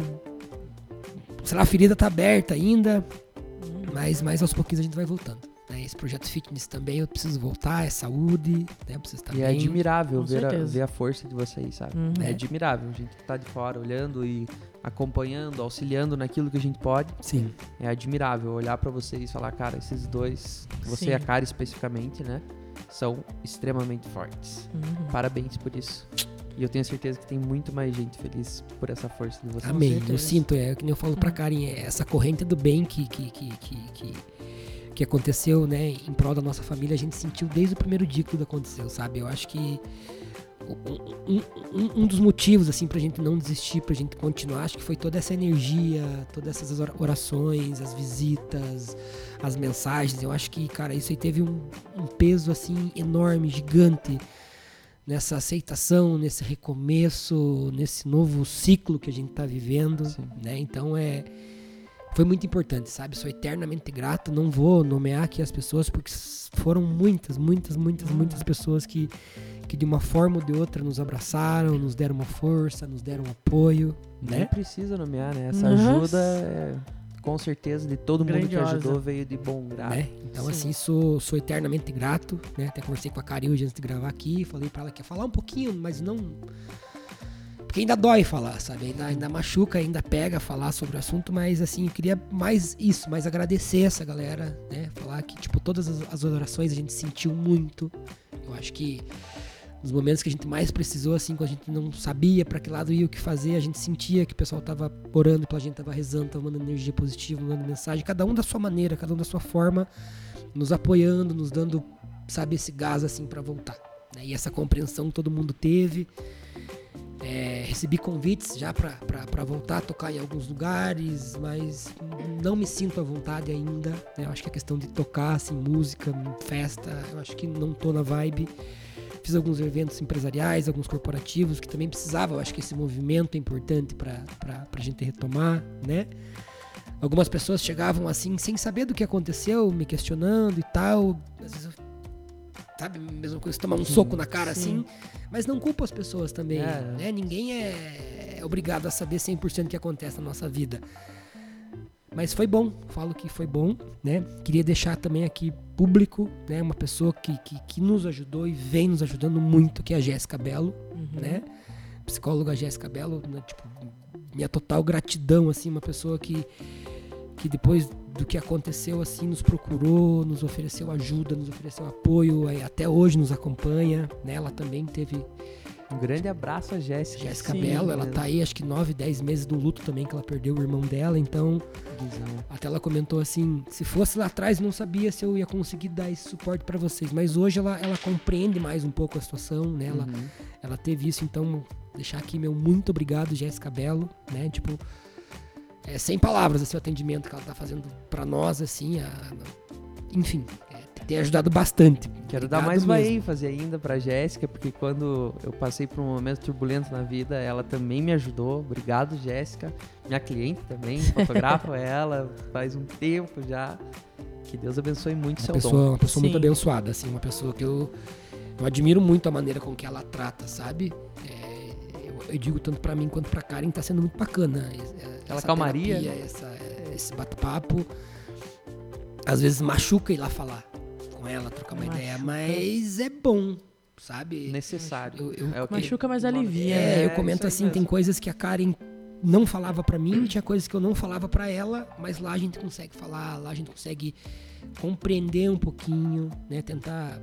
Speaker 1: Sei lá, a ferida tá aberta ainda, mas, mas aos pouquinhos a gente vai voltando. né? Esse projeto fitness também, eu preciso voltar, é saúde, né? Eu preciso estar
Speaker 2: E é
Speaker 1: bem.
Speaker 2: admirável
Speaker 3: Com
Speaker 2: ver a,
Speaker 3: certeza.
Speaker 2: ver a força de vocês, sabe?
Speaker 1: Hum.
Speaker 3: Uhum.
Speaker 1: Né?
Speaker 2: É admirável a gente que tá de fora olhando e acompanhando, auxiliando naquilo que a gente pode.
Speaker 1: Sim,
Speaker 2: É admirável olhar pra vocês e falar, cara, esses dois, você e a
Speaker 3: Sim.
Speaker 2: cara especificamente, né? São extremamente fortes.
Speaker 3: Uhum.
Speaker 2: Parabéns por isso. E eu tenho certeza que tem muito mais gente feliz por essa força de vocês.
Speaker 1: amém. Eu
Speaker 3: certeza.
Speaker 1: sinto, é, que nem eu falo pra Karen, é essa corrente do bem que, que, que, que, que, que aconteceu, né? Em prol da nossa família, a gente sentiu desde o primeiro dia que tudo aconteceu, sabe? Eu acho que um, um- um- um dos motivos, assim, pra gente não desistir, pra gente continuar, acho que foi toda essa energia, todas essas ora- orações, as visitas, as mensagens. Eu acho que, cara, isso aí teve um, um peso, assim, enorme, gigante nessa aceitação, nesse recomeço, nesse novo ciclo que a gente tá vivendo,
Speaker 2: Sim.
Speaker 1: né? Então é foi muito importante, sabe? Sou eternamente grato, não vou nomear aqui as pessoas porque s- foram muitas, muitas, muitas, muitas pessoas que que de uma forma ou de outra nos abraçaram, nos deram uma força, nos deram um apoio,
Speaker 2: Nem
Speaker 1: né?
Speaker 2: precisa nomear, né? Essa
Speaker 3: Nossa.
Speaker 2: ajuda é, com certeza, de todo mundo que
Speaker 3: Grandiosa.
Speaker 2: ajudou veio de bom grado.
Speaker 1: né? Então,
Speaker 3: Sim.
Speaker 1: assim, sou, sou eternamente grato, né? Até conversei com a Cari hoje antes de gravar aqui, falei pra ela que ia falar um pouquinho, mas não. Porque ainda dói falar, sabe? Ainda, ainda machuca, ainda pega falar sobre o assunto, mas assim, eu queria mais isso, mais agradecer essa galera, né? Falar que, tipo, todas as, as orações a gente sentiu muito. Eu acho que nos momentos que a gente mais precisou, assim, quando a gente não sabia pra que lado ia o que fazer, a gente sentia que o pessoal tava orando pela gente, tava rezando, tava mandando energia positiva, mandando mensagem, cada um da sua maneira, cada um da sua forma, nos apoiando, nos dando, sabe, esse gás assim pra voltar. né? E essa compreensão que todo mundo teve. É, recebi convites já pra- pra pra voltar a tocar em alguns lugares, mas não me sinto à vontade ainda. né? Eu acho que a questão de tocar, assim, música, festa, eu acho que não tô na vibe. Fiz alguns eventos empresariais, alguns corporativos que também precisava. Eu acho que esse movimento é importante pra a gente retomar, né? Algumas pessoas chegavam assim, sem saber do que aconteceu, me questionando e tal. Às vezes, eu- sabe, mesmo coisa, tomar um soco na cara assim.
Speaker 3: Sim.
Speaker 1: Mas não culpa as pessoas também,
Speaker 2: É.
Speaker 1: né? Ninguém é é obrigado a saber 100% o que acontece na nossa vida. Mas foi bom, falo que foi bom, né? Queria deixar também aqui público, né? Uma pessoa que, que, que nos ajudou e vem nos ajudando muito, que é a Jéssica Belo,
Speaker 3: Uhum.
Speaker 1: né? Psicóloga Jéssica Belo, né, tipo, minha total gratidão, assim, uma pessoa que, que depois do que aconteceu, assim, nos procurou, nos ofereceu ajuda, nos ofereceu apoio, aí até hoje nos acompanha, né? Ela também teve
Speaker 2: Um grande abraço a Jéssica.
Speaker 1: Jéssica
Speaker 3: Sim,
Speaker 1: Belo, ela
Speaker 2: né?
Speaker 1: tá aí acho que 9, 10 meses do luto também, que ela perdeu o irmão dela, então
Speaker 2: Guizão.
Speaker 1: até ela comentou assim, se fosse lá atrás não sabia se eu ia conseguir dar esse suporte pra vocês, mas hoje ela, ela compreende mais um pouco a situação, né? Ela,
Speaker 2: Uhum.
Speaker 1: ela teve isso, então deixar aqui meu muito obrigado, Jéssica Belo, né? Tipo, é, sem palavras assim, o atendimento que ela tá fazendo pra nós, assim, a- enfim, é, tem ajudado bastante.
Speaker 2: Quero
Speaker 1: Obrigado
Speaker 2: dar mais uma
Speaker 1: mesmo.
Speaker 2: ênfase ainda pra Jéssica, porque quando eu passei por um momento turbulento na vida, ela também me ajudou. Obrigado, Jéssica. Minha cliente também, fotografo ela faz um tempo já. Que Deus abençoe muito
Speaker 1: Uma
Speaker 2: seu dom.
Speaker 1: pessoa, uma pessoa muito
Speaker 3: Sim.
Speaker 1: abençoada, assim, uma pessoa que eu, eu admiro muito a maneira com que ela trata, sabe? É, eu, eu digo tanto pra mim quanto pra Karen, tá sendo muito bacana. É, é,
Speaker 2: Aquela
Speaker 1: essa
Speaker 2: calmaria,
Speaker 1: terapia, essa, é, esse bate-papo. Às vezes machuca ir lá falar com ela, trocar uma ideia,
Speaker 3: Machuca.
Speaker 1: mas é bom, sabe?
Speaker 2: Necessário.
Speaker 1: Eu- eu-
Speaker 2: é o que-
Speaker 3: Machuca, mas
Speaker 2: uma-
Speaker 3: alivia. né?
Speaker 1: É,
Speaker 2: é,
Speaker 1: eu comento
Speaker 2: isso aí
Speaker 1: assim,
Speaker 2: mesmo.
Speaker 1: tem coisas que a Karen não falava pra mim, tinha coisas que eu não falava pra ela, mas lá a gente consegue falar, lá a gente consegue compreender um pouquinho, né, tentar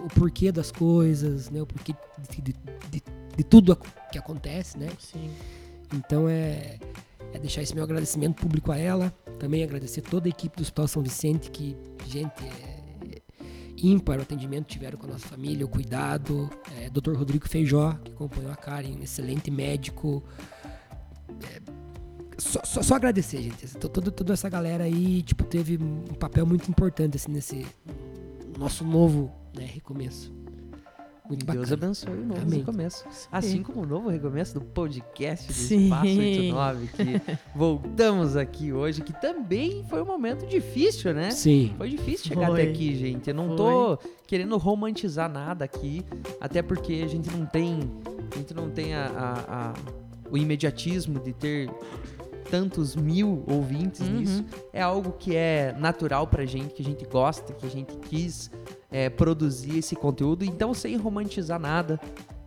Speaker 1: o porquê das coisas, né, o porquê de, de- de- de tudo ac- que acontece, né?
Speaker 3: Uhum. Sim.
Speaker 1: Então é, é deixar esse meu agradecimento público a ela, também agradecer toda a equipe do Hospital São Vicente que, gente, é, é ímpar o atendimento tiveram com a nossa família, o cuidado, é, Dr. Rodrigo Feijó, que acompanhou a Karen, um excelente médico. É, só, só- só agradecer, gente. Essa- to- Toda, toda essa galera aí, tipo, teve um papel muito importante assim, nesse nosso novo né, recomeço. Muito
Speaker 2: Deus
Speaker 1: bacana.
Speaker 2: abençoe o novo
Speaker 1: Amém.
Speaker 2: recomeço.
Speaker 1: Ah,
Speaker 2: Assim como o novo recomeço do podcast do
Speaker 3: Sim.
Speaker 2: Espaço 89, que voltamos aqui hoje, que também foi um momento difícil, né?
Speaker 1: Sim.
Speaker 2: Foi difícil chegar
Speaker 3: Foi.
Speaker 2: até aqui, gente. Eu não tô querendo romantizar nada aqui, até porque a gente não tem, a gente não tem a- a- a- o imediatismo de ter tantos mil ouvintes
Speaker 3: Uhum.
Speaker 2: nisso. É algo que é natural pra gente, que a gente gosta, que a gente quis é, produzir esse conteúdo. Então, sem romantizar nada,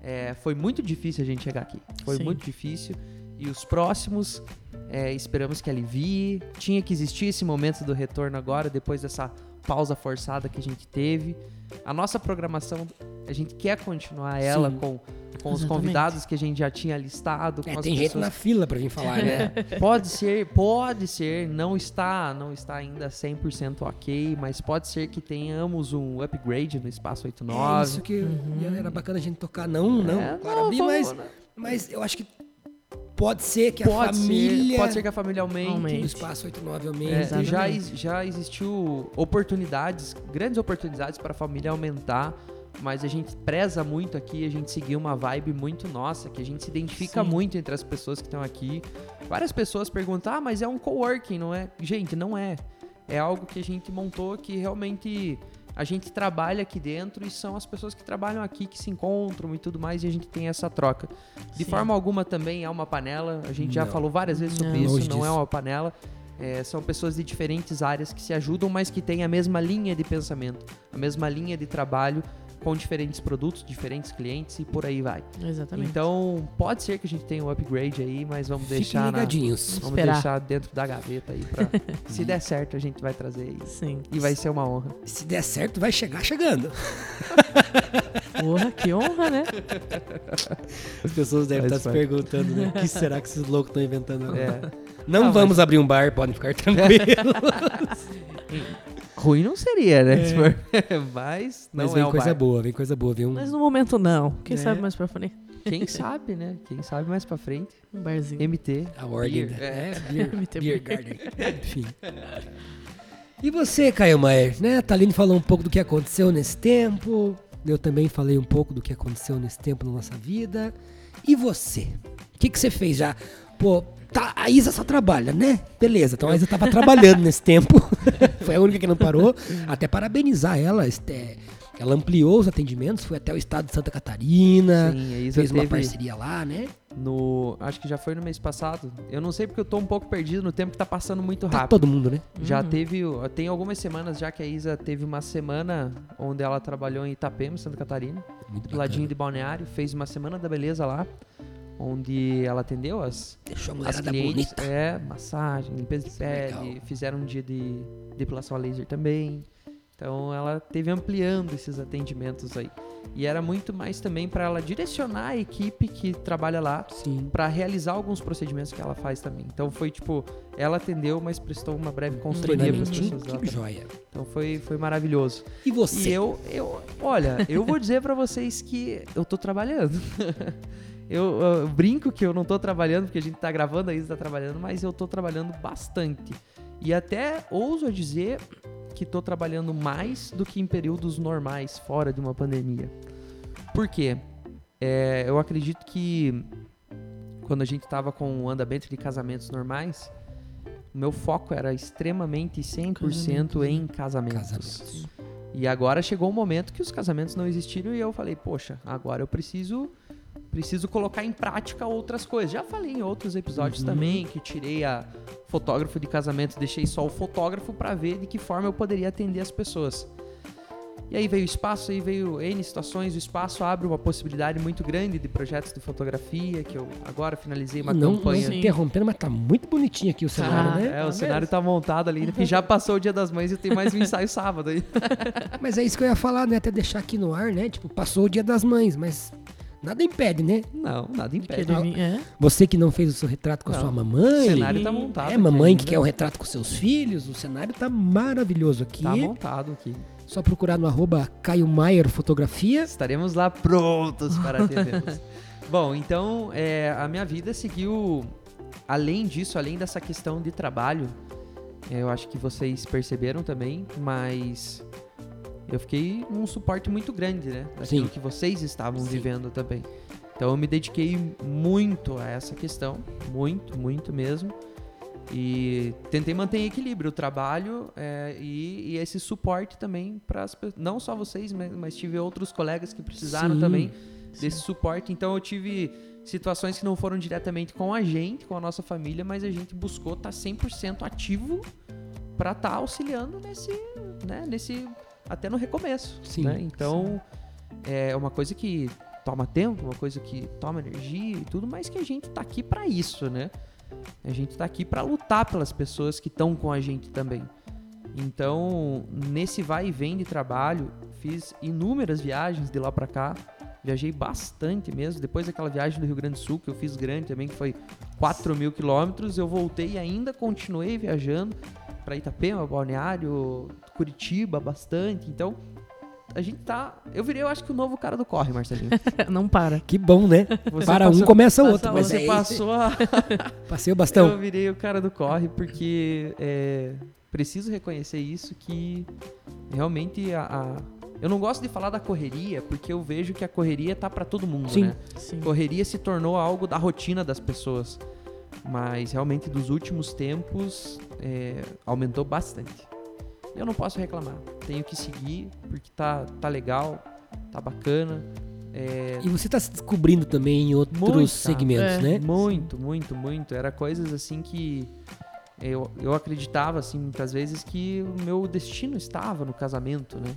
Speaker 2: é, foi muito difícil a gente chegar aqui. Foi
Speaker 3: Sim.
Speaker 2: muito difícil. E os próximos, é, esperamos que alivie. Tinha que existir esse momento do retorno agora, depois dessa pausa forçada que a gente teve. A nossa programação, a gente quer continuar ela
Speaker 1: Sim.
Speaker 2: com, com os
Speaker 3: Exatamente.
Speaker 2: convidados que a gente já tinha listado.
Speaker 1: É,
Speaker 2: com as
Speaker 1: tem gente
Speaker 2: pessoas
Speaker 1: na fila pra vir falar, né?
Speaker 2: é, pode ser, pode ser, não está, não está ainda 100% OK, mas pode ser que tenhamos um upgrade no
Speaker 1: É
Speaker 2: espaço 89.
Speaker 1: isso que era bacana a gente tocar. Não, não,
Speaker 2: Uhum. É,
Speaker 1: claro, abrir,
Speaker 2: vamos-
Speaker 1: mas, mas eu acho que pode ser que a
Speaker 2: pode
Speaker 1: família
Speaker 2: ser, pode ser que a família aumente.
Speaker 1: do
Speaker 3: Aumente.
Speaker 1: Espaço 89
Speaker 2: É,
Speaker 1: aumente.
Speaker 3: Exato.
Speaker 2: já,
Speaker 3: exatamente.
Speaker 2: ex- já existiu oportunidades, grandes oportunidades para a família aumentar, mas a gente preza muito aqui, a gente seguiu uma vibe muito nossa, que a gente se identifica
Speaker 3: Sim.
Speaker 2: muito entre as pessoas que estão aqui. Várias pessoas perguntam, ah, mas é um coworking, não é? Gente, não é. É algo que a gente montou que realmente a gente trabalha aqui dentro e são as pessoas que trabalham aqui que se encontram e tudo mais e a gente tem essa troca. De
Speaker 3: Sim.
Speaker 2: forma alguma também é uma panela, a gente já
Speaker 1: Não.
Speaker 2: falou várias vezes sobre
Speaker 3: Não.
Speaker 2: isso,
Speaker 1: Longe
Speaker 2: não é
Speaker 1: disso.
Speaker 2: uma panela. É, são pessoas de diferentes áreas que se ajudam, mas que têm a mesma linha de pensamento, a mesma linha de trabalho, com diferentes produtos, diferentes clientes e por aí vai.
Speaker 3: Exatamente.
Speaker 2: Então, pode ser que a gente tenha um upgrade aí, mas vamos
Speaker 1: Fiquem
Speaker 2: deixar na-
Speaker 1: ligadinhos.
Speaker 2: vamos
Speaker 3: Esperar.
Speaker 2: deixar dentro da gaveta aí pra, se der certo a gente vai trazer
Speaker 1: Então.
Speaker 2: isso.
Speaker 3: Sim.
Speaker 2: E vai ser uma honra.
Speaker 1: Se der certo, vai chegar chegando.
Speaker 3: Porra, que honra, né?
Speaker 1: As pessoas devem
Speaker 2: Faz
Speaker 1: estar se
Speaker 2: parte.
Speaker 1: perguntando, né? O que será que esses loucos estão inventando agora?
Speaker 2: É.
Speaker 1: Não,
Speaker 2: Não,
Speaker 1: vamos abrir um bar, podem ficar
Speaker 2: é
Speaker 1: tranquilos.
Speaker 2: Ruim não seria, né? se for- Mas não
Speaker 1: Mas
Speaker 2: é
Speaker 1: vem
Speaker 2: um
Speaker 1: coisa
Speaker 2: bar.
Speaker 1: boa, vem um coisa boa, viu?
Speaker 3: Mas no momento não. Quem
Speaker 1: Né?
Speaker 3: sabe mais pra frente?
Speaker 2: Quem sabe, né? Quem sabe mais pra frente.
Speaker 3: Um barzinho.
Speaker 2: MT.
Speaker 1: A ordem.
Speaker 2: Beer,
Speaker 1: da-
Speaker 2: é.
Speaker 1: É, beer,
Speaker 3: Muito
Speaker 1: beer
Speaker 3: bem.
Speaker 1: garden. Enfim. E você, Caio Maier, né? A Taline falou um pouco do que aconteceu nesse tempo. Eu também falei um pouco do que aconteceu nesse tempo na nossa vida. E você? O que, que você fez já? Pô, tá, a Isa só trabalha, né? Beleza, então a Isa tava trabalhando nesse tempo. Foi a única que não parou. Até parabenizar ela. este- Ela ampliou os atendimentos, foi até o estado de Santa Catarina,
Speaker 2: Sim, a Isa
Speaker 1: Ah, fez uma
Speaker 2: teve
Speaker 1: parceria lá, né?
Speaker 2: no... Acho que já foi no mês passado. Eu não sei porque eu tô um pouco perdido no tempo que tá passando muito
Speaker 1: Tá
Speaker 2: rápido.
Speaker 1: todo mundo, né?
Speaker 2: Já
Speaker 3: Uhum.
Speaker 2: teve. o- Tem algumas semanas já que a Isa teve uma semana onde ela trabalhou em Itapema, Santa Catarina,
Speaker 1: Muito
Speaker 2: do ladinho de Balneário, fez uma semana da beleza lá, onde ela atendeu as,
Speaker 1: Deixou a
Speaker 2: as
Speaker 1: mulherada
Speaker 2: clientes.
Speaker 1: bonita.
Speaker 2: É, massagem, limpeza de
Speaker 1: Isso é
Speaker 2: pele,
Speaker 1: legal.
Speaker 2: fizeram um dia de depilação a laser também. Então ela teve ampliando esses atendimentos aí. E era muito mais também para ela direcionar a equipe que trabalha lá
Speaker 1: Sim.
Speaker 2: para realizar alguns procedimentos que ela faz também. Então foi tipo, ela atendeu, mas prestou uma breve consultoria para as
Speaker 1: Treinamento,
Speaker 2: pessoas. lá
Speaker 1: que
Speaker 2: também.
Speaker 1: joia.
Speaker 2: Então foi, foi maravilhoso.
Speaker 1: E você?
Speaker 2: E eu, eu, olha, eu vou dizer para vocês que eu tô trabalhando. eu, ah, brinco que eu não tô trabalhando, porque a gente tá gravando, a Isa tá trabalhando, mas eu tô trabalhando bastante. E até ouso dizer que tô trabalhando mais do que em períodos normais, fora de uma pandemia. Por quê? É, eu acredito que quando a gente tava com o andamento de casamentos normais, o meu foco era extremamente 100% em casamentos.
Speaker 1: Casamentos.
Speaker 2: E agora chegou um momento que os casamentos não existiram e eu falei, poxa, agora eu preciso preciso colocar em prática outras coisas. Já falei em outros
Speaker 1: Uhum.
Speaker 2: episódios também que tirei a fotógrafo de casamento, deixei só o fotógrafo pra ver de que forma eu poderia atender as pessoas. E aí veio o espaço, aí veio N situações, o espaço abre uma possibilidade muito grande de projetos de fotografia, que eu agora finalizei uma
Speaker 1: não, não
Speaker 2: campanha.
Speaker 1: se interrompendo, mas tá muito bonitinho aqui o cenário,
Speaker 3: Ah,
Speaker 1: né?
Speaker 2: É, o cenário tá montado ali, porque já passou o Dia das Mães e tem mais um ensaio sábado aí.
Speaker 1: Mas é isso que eu ia falar, né? Até deixar aqui no ar, né? Tipo, passou o dia das mães, mas nada impede, né?
Speaker 2: Não, nada
Speaker 3: Que
Speaker 2: impede.
Speaker 3: adivinha- é.
Speaker 1: Você que não fez o seu retrato com a
Speaker 2: Não.
Speaker 1: sua
Speaker 2: O
Speaker 1: mamãe.
Speaker 2: cenário tá montado.
Speaker 1: É,
Speaker 2: aqui
Speaker 1: mamãe
Speaker 2: ainda.
Speaker 1: que quer o retrato com seus filhos, o cenário tá maravilhoso aqui.
Speaker 2: Tá montado aqui.
Speaker 1: Só procurar no arroba Caio Maier Fotografia.
Speaker 2: Estaremos lá prontos para atendê-los. Bom, então é, a minha vida seguiu. Além disso, além dessa questão de trabalho, é, eu acho que vocês perceberam também, mas eu fiquei num suporte muito grande, né? Daquilo
Speaker 1: Sim.
Speaker 2: que vocês estavam
Speaker 1: Sim.
Speaker 2: vivendo também. Então eu me dediquei muito a essa questão, muito, muito mesmo. E tentei manter em equilíbrio o trabalho é, e, e esse suporte também para as pessoas. Não só vocês, mas, mas tive outros colegas que precisaram
Speaker 1: Sim,
Speaker 2: também desse suporte. Então eu tive situações que não foram diretamente com a gente, com a nossa família, mas a gente buscou tá estar 100% ativo para estar auxiliando nesse, né, nesse até no recomeço.
Speaker 1: Sim,
Speaker 2: né? Então é uma coisa que toma tempo, uma coisa que toma energia e tudo, mas que a gente tá aqui para isso, né? A gente tá aqui para lutar pelas pessoas que estão com a gente também. Então, nesse vai e vem de trabalho, fiz inúmeras viagens de lá para cá. Viajei bastante mesmo. Depois daquela viagem do Rio Grande do Sul, que eu fiz grande também, que foi 4 mil quilômetros, eu voltei e ainda continuei viajando para Itapema, Balneário, Curitiba, bastante. Então, a gente tá. Eu virei, eu acho que o novo cara do corre, Marcelinho.
Speaker 3: Não para.
Speaker 1: Que bom, né?
Speaker 2: Você
Speaker 1: Para
Speaker 2: passou-
Speaker 1: um começa
Speaker 2: passa-
Speaker 1: outro. Mas
Speaker 2: você
Speaker 1: é isso.
Speaker 2: passou a.
Speaker 1: Passei o bastão.
Speaker 2: Eu virei o cara do corre porque é, preciso reconhecer isso que realmente a, a- eu não gosto de falar da correria porque eu vejo que a correria tá para todo mundo,
Speaker 1: Sim.
Speaker 2: né?
Speaker 3: Sim.
Speaker 2: Correria se tornou algo da rotina das pessoas, mas realmente dos últimos tempos é, aumentou bastante. Eu não posso reclamar, tenho que seguir porque tá tá legal, tá bacana. É,
Speaker 1: E você tá se descobrindo também em outros
Speaker 2: Muita.
Speaker 1: segmentos,
Speaker 3: É.
Speaker 1: né?
Speaker 2: Muito, muito, muito. Era coisas assim que eu, eu acreditava, assim, muitas vezes que o meu destino estava no casamento, né?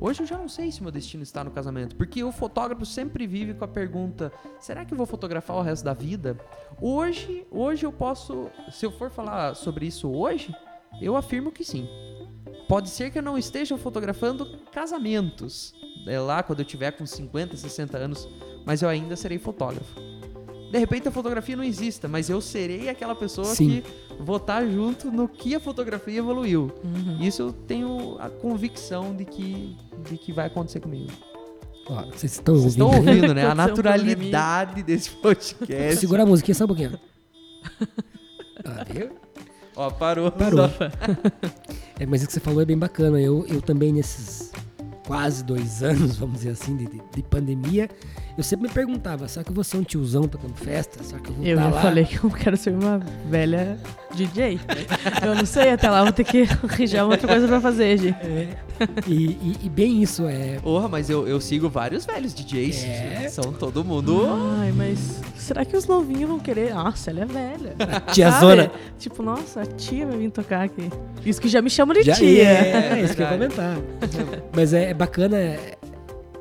Speaker 2: Hoje eu já não sei se meu destino está no casamento, porque o fotógrafo sempre vive com a pergunta: será que eu vou fotografar o resto da vida? Hoje, hoje eu posso, se eu for falar sobre isso hoje, eu afirmo que sim. Pode ser que eu não esteja fotografando casamentos, é lá quando eu tiver com 50, 60 anos, mas eu ainda serei fotógrafo. De repente a fotografia não exista, mas eu serei aquela pessoa
Speaker 1: Sim.
Speaker 2: que vou estar junto no que a fotografia evoluiu.
Speaker 3: Uhum.
Speaker 2: Isso eu tenho a convicção de que, de que vai acontecer comigo.
Speaker 1: Ó, vocês estão
Speaker 2: Vocês
Speaker 1: ouvindo,
Speaker 2: estão
Speaker 1: né?
Speaker 2: ouvindo, né? A
Speaker 3: Aconteceu um
Speaker 2: naturalidade desse podcast.
Speaker 1: Segura a musiquinha só um pouquinho. Ah, viu?
Speaker 2: Ó, parou.
Speaker 1: Parou. É, mas o que você falou é bem bacana. Eu, eu também, nesses quase dois anos, vamos dizer assim, de, de- de pandemia, Eu sempre me perguntava, será que eu vou ser um tiozão tocando festa? Será que eu vou
Speaker 3: Eu
Speaker 1: tá
Speaker 3: já
Speaker 1: lá?
Speaker 3: falei que eu quero ser uma velha DJ. eu não sei, até lá eu vou ter que arranjar outra coisa pra fazer, gente.
Speaker 1: E, e- e bem isso, é.
Speaker 2: Porra, mas eu, eu sigo vários velhos DJs.
Speaker 1: É. Hum.
Speaker 2: São todo mundo.
Speaker 3: Ai, mas será que os novinhos vão querer? Nossa, ela é velha.
Speaker 1: Tia
Speaker 3: Sabe?
Speaker 1: Zona.
Speaker 3: Tipo, nossa, a tia vai vir tocar aqui. Isso que já me chama de
Speaker 1: Já,
Speaker 3: tia.
Speaker 1: É, é isso que eu ia
Speaker 2: verdade.
Speaker 1: comentar. Mas é, é bacana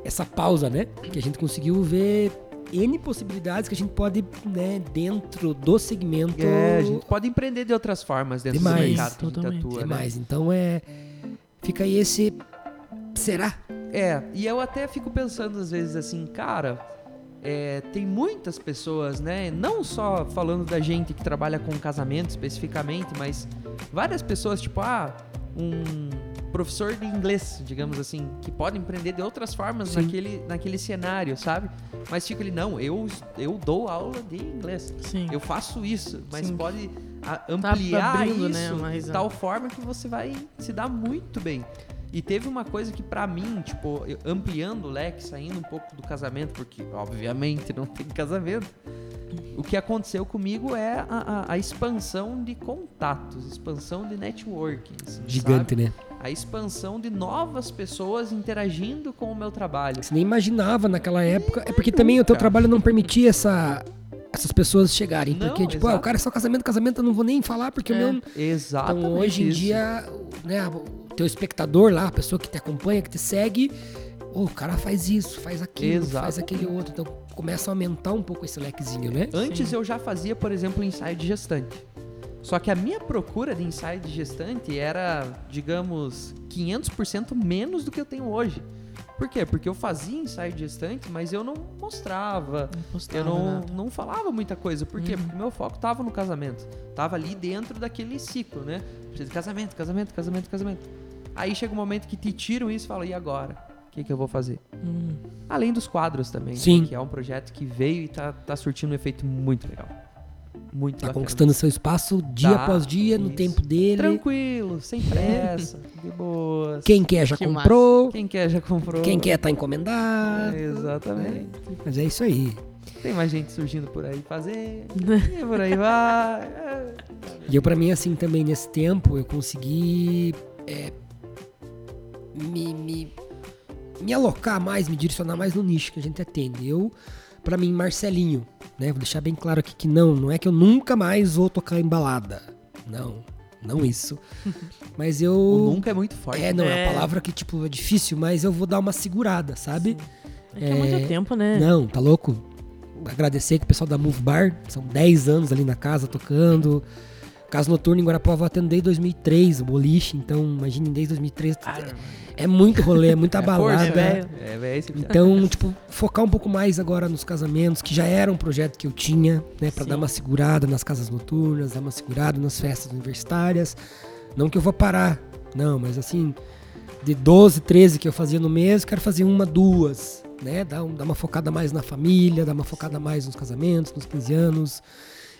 Speaker 1: essa pausa, né? Que a gente conseguiu ver N possibilidades que a gente pode, né, dentro do segmento.
Speaker 2: É, a gente pode empreender de outras formas dentro do
Speaker 1: Demais.
Speaker 2: mercado que a gente
Speaker 3: Totalmente.
Speaker 2: atua,
Speaker 1: ter
Speaker 2: né?
Speaker 1: mais. Então é. Fica aí esse. Será?
Speaker 2: É, e eu até fico pensando às vezes assim, cara, é, tem muitas pessoas, né? Não só falando da gente que trabalha com casamento especificamente, mas várias pessoas, tipo, ah, um professor de inglês, digamos assim, que pode empreender de outras formas
Speaker 1: Sim.
Speaker 2: naquele, naquele cenário, sabe? Mas fica ele, não, eu, eu dou aula de inglês.
Speaker 3: Sim.
Speaker 2: Eu faço isso, mas
Speaker 3: Sim. Tá
Speaker 2: pode a- ampliar
Speaker 3: abrindo, né,
Speaker 2: isso
Speaker 3: mais
Speaker 2: de
Speaker 3: a-
Speaker 2: tal forma que você vai se dar muito bem. E teve uma coisa que pra mim, tipo, eu- ampliando o leque, saindo um pouco do casamento, porque obviamente não tem casamento. O que aconteceu comigo é a, a- a expansão de contatos, expansão de networking. assim,
Speaker 1: Gigante, né?
Speaker 2: sabe? A expansão de novas pessoas interagindo com o meu trabalho.
Speaker 1: Você nem imaginava naquela época. É porque também o teu
Speaker 2: nunca.
Speaker 1: trabalho não permitia essa- essas pessoas chegarem.
Speaker 2: Não,
Speaker 1: porque, tipo, ah, o
Speaker 2: exato.
Speaker 1: cara é só casamento, casamento, eu não vou nem falar, porque o
Speaker 3: É.
Speaker 1: meu
Speaker 2: Exatamente.
Speaker 1: Então hoje em
Speaker 2: isso.
Speaker 1: dia, né, o teu espectador lá, a pessoa que te acompanha, que te segue, "Ô, o cara faz isso, faz aquilo, faz
Speaker 2: Exatamente.
Speaker 1: aquele outro. Então começa a aumentar um pouco esse lequezinho, né?
Speaker 2: Antes
Speaker 3: Sim.
Speaker 2: eu já fazia, por exemplo, ensaio de gestante. Só que a minha procura de ensaio de gestante era, digamos, 500% menos do que eu tenho hoje. Por quê? Porque eu fazia ensaio de gestante, mas eu não mostrava,
Speaker 3: Não postava
Speaker 2: eu não,
Speaker 3: nada. Uhum.
Speaker 2: não falava muita coisa. Por quê? Porque meu foco tava no casamento. Tava ali dentro daquele ciclo, né? Precisa de casamento, casamento, casamento, casamento. Aí chega um momento que te tiram isso e falam, e agora? O que, que eu vou fazer?
Speaker 3: Hum.
Speaker 2: Além dos quadros também,
Speaker 1: Sim.
Speaker 2: que é um projeto que veio e tá, tá surtindo um efeito muito legal. Muito
Speaker 1: Tá
Speaker 2: bacana.
Speaker 1: conquistando seu espaço dia
Speaker 2: Tá,
Speaker 1: após dia, no
Speaker 2: isso.
Speaker 1: tempo dele.
Speaker 2: Tranquilo, sem pressa, de boas.
Speaker 1: Quem quer já
Speaker 3: Que massa.
Speaker 1: comprou,
Speaker 2: Quem quer já comprou.
Speaker 1: quem quer tá encomendado.
Speaker 2: É, Exatamente.
Speaker 1: Mas é isso aí.
Speaker 2: Tem mais gente surgindo por aí fazer. e por aí vai. É.
Speaker 1: E eu, pra mim, assim, também nesse tempo, eu consegui é, me, me, me alocar mais, me direcionar mais no nicho que a gente atende. Eu, pra mim, Marcelinho, né? Vou deixar bem claro aqui que não, não é que eu nunca mais vou tocar em balada. Não, não isso. Mas eu.
Speaker 2: O nunca é muito forte.
Speaker 1: É, não, é
Speaker 3: É.
Speaker 1: a palavra que, tipo, é difícil, mas eu vou dar uma segurada, sabe?
Speaker 3: É que é muito tempo, né?
Speaker 1: Não, tá louco? Agradecer que o pessoal da Move Bar, são 10 anos ali na casa tocando. Casa Noturna em Guarapuava eu atendo desde 2003, o boliche, então imagine desde 2003. É muito rolê, é muita
Speaker 2: É
Speaker 1: balada.
Speaker 2: força,
Speaker 3: né, velho.
Speaker 2: É, é esse
Speaker 1: Então, tipo, focar um pouco mais agora nos casamentos, que já era um projeto que eu tinha, né, Pra
Speaker 3: Sim.
Speaker 1: dar uma segurada nas casas noturnas, dar uma segurada nas festas universitárias. Não que eu vou parar, não, mas assim, de 12, 13 que eu fazia no mês, eu quero fazer uma, duas, né? Dar, um- dar uma focada mais na família, dar uma focada mais nos casamentos, nos 15 anos.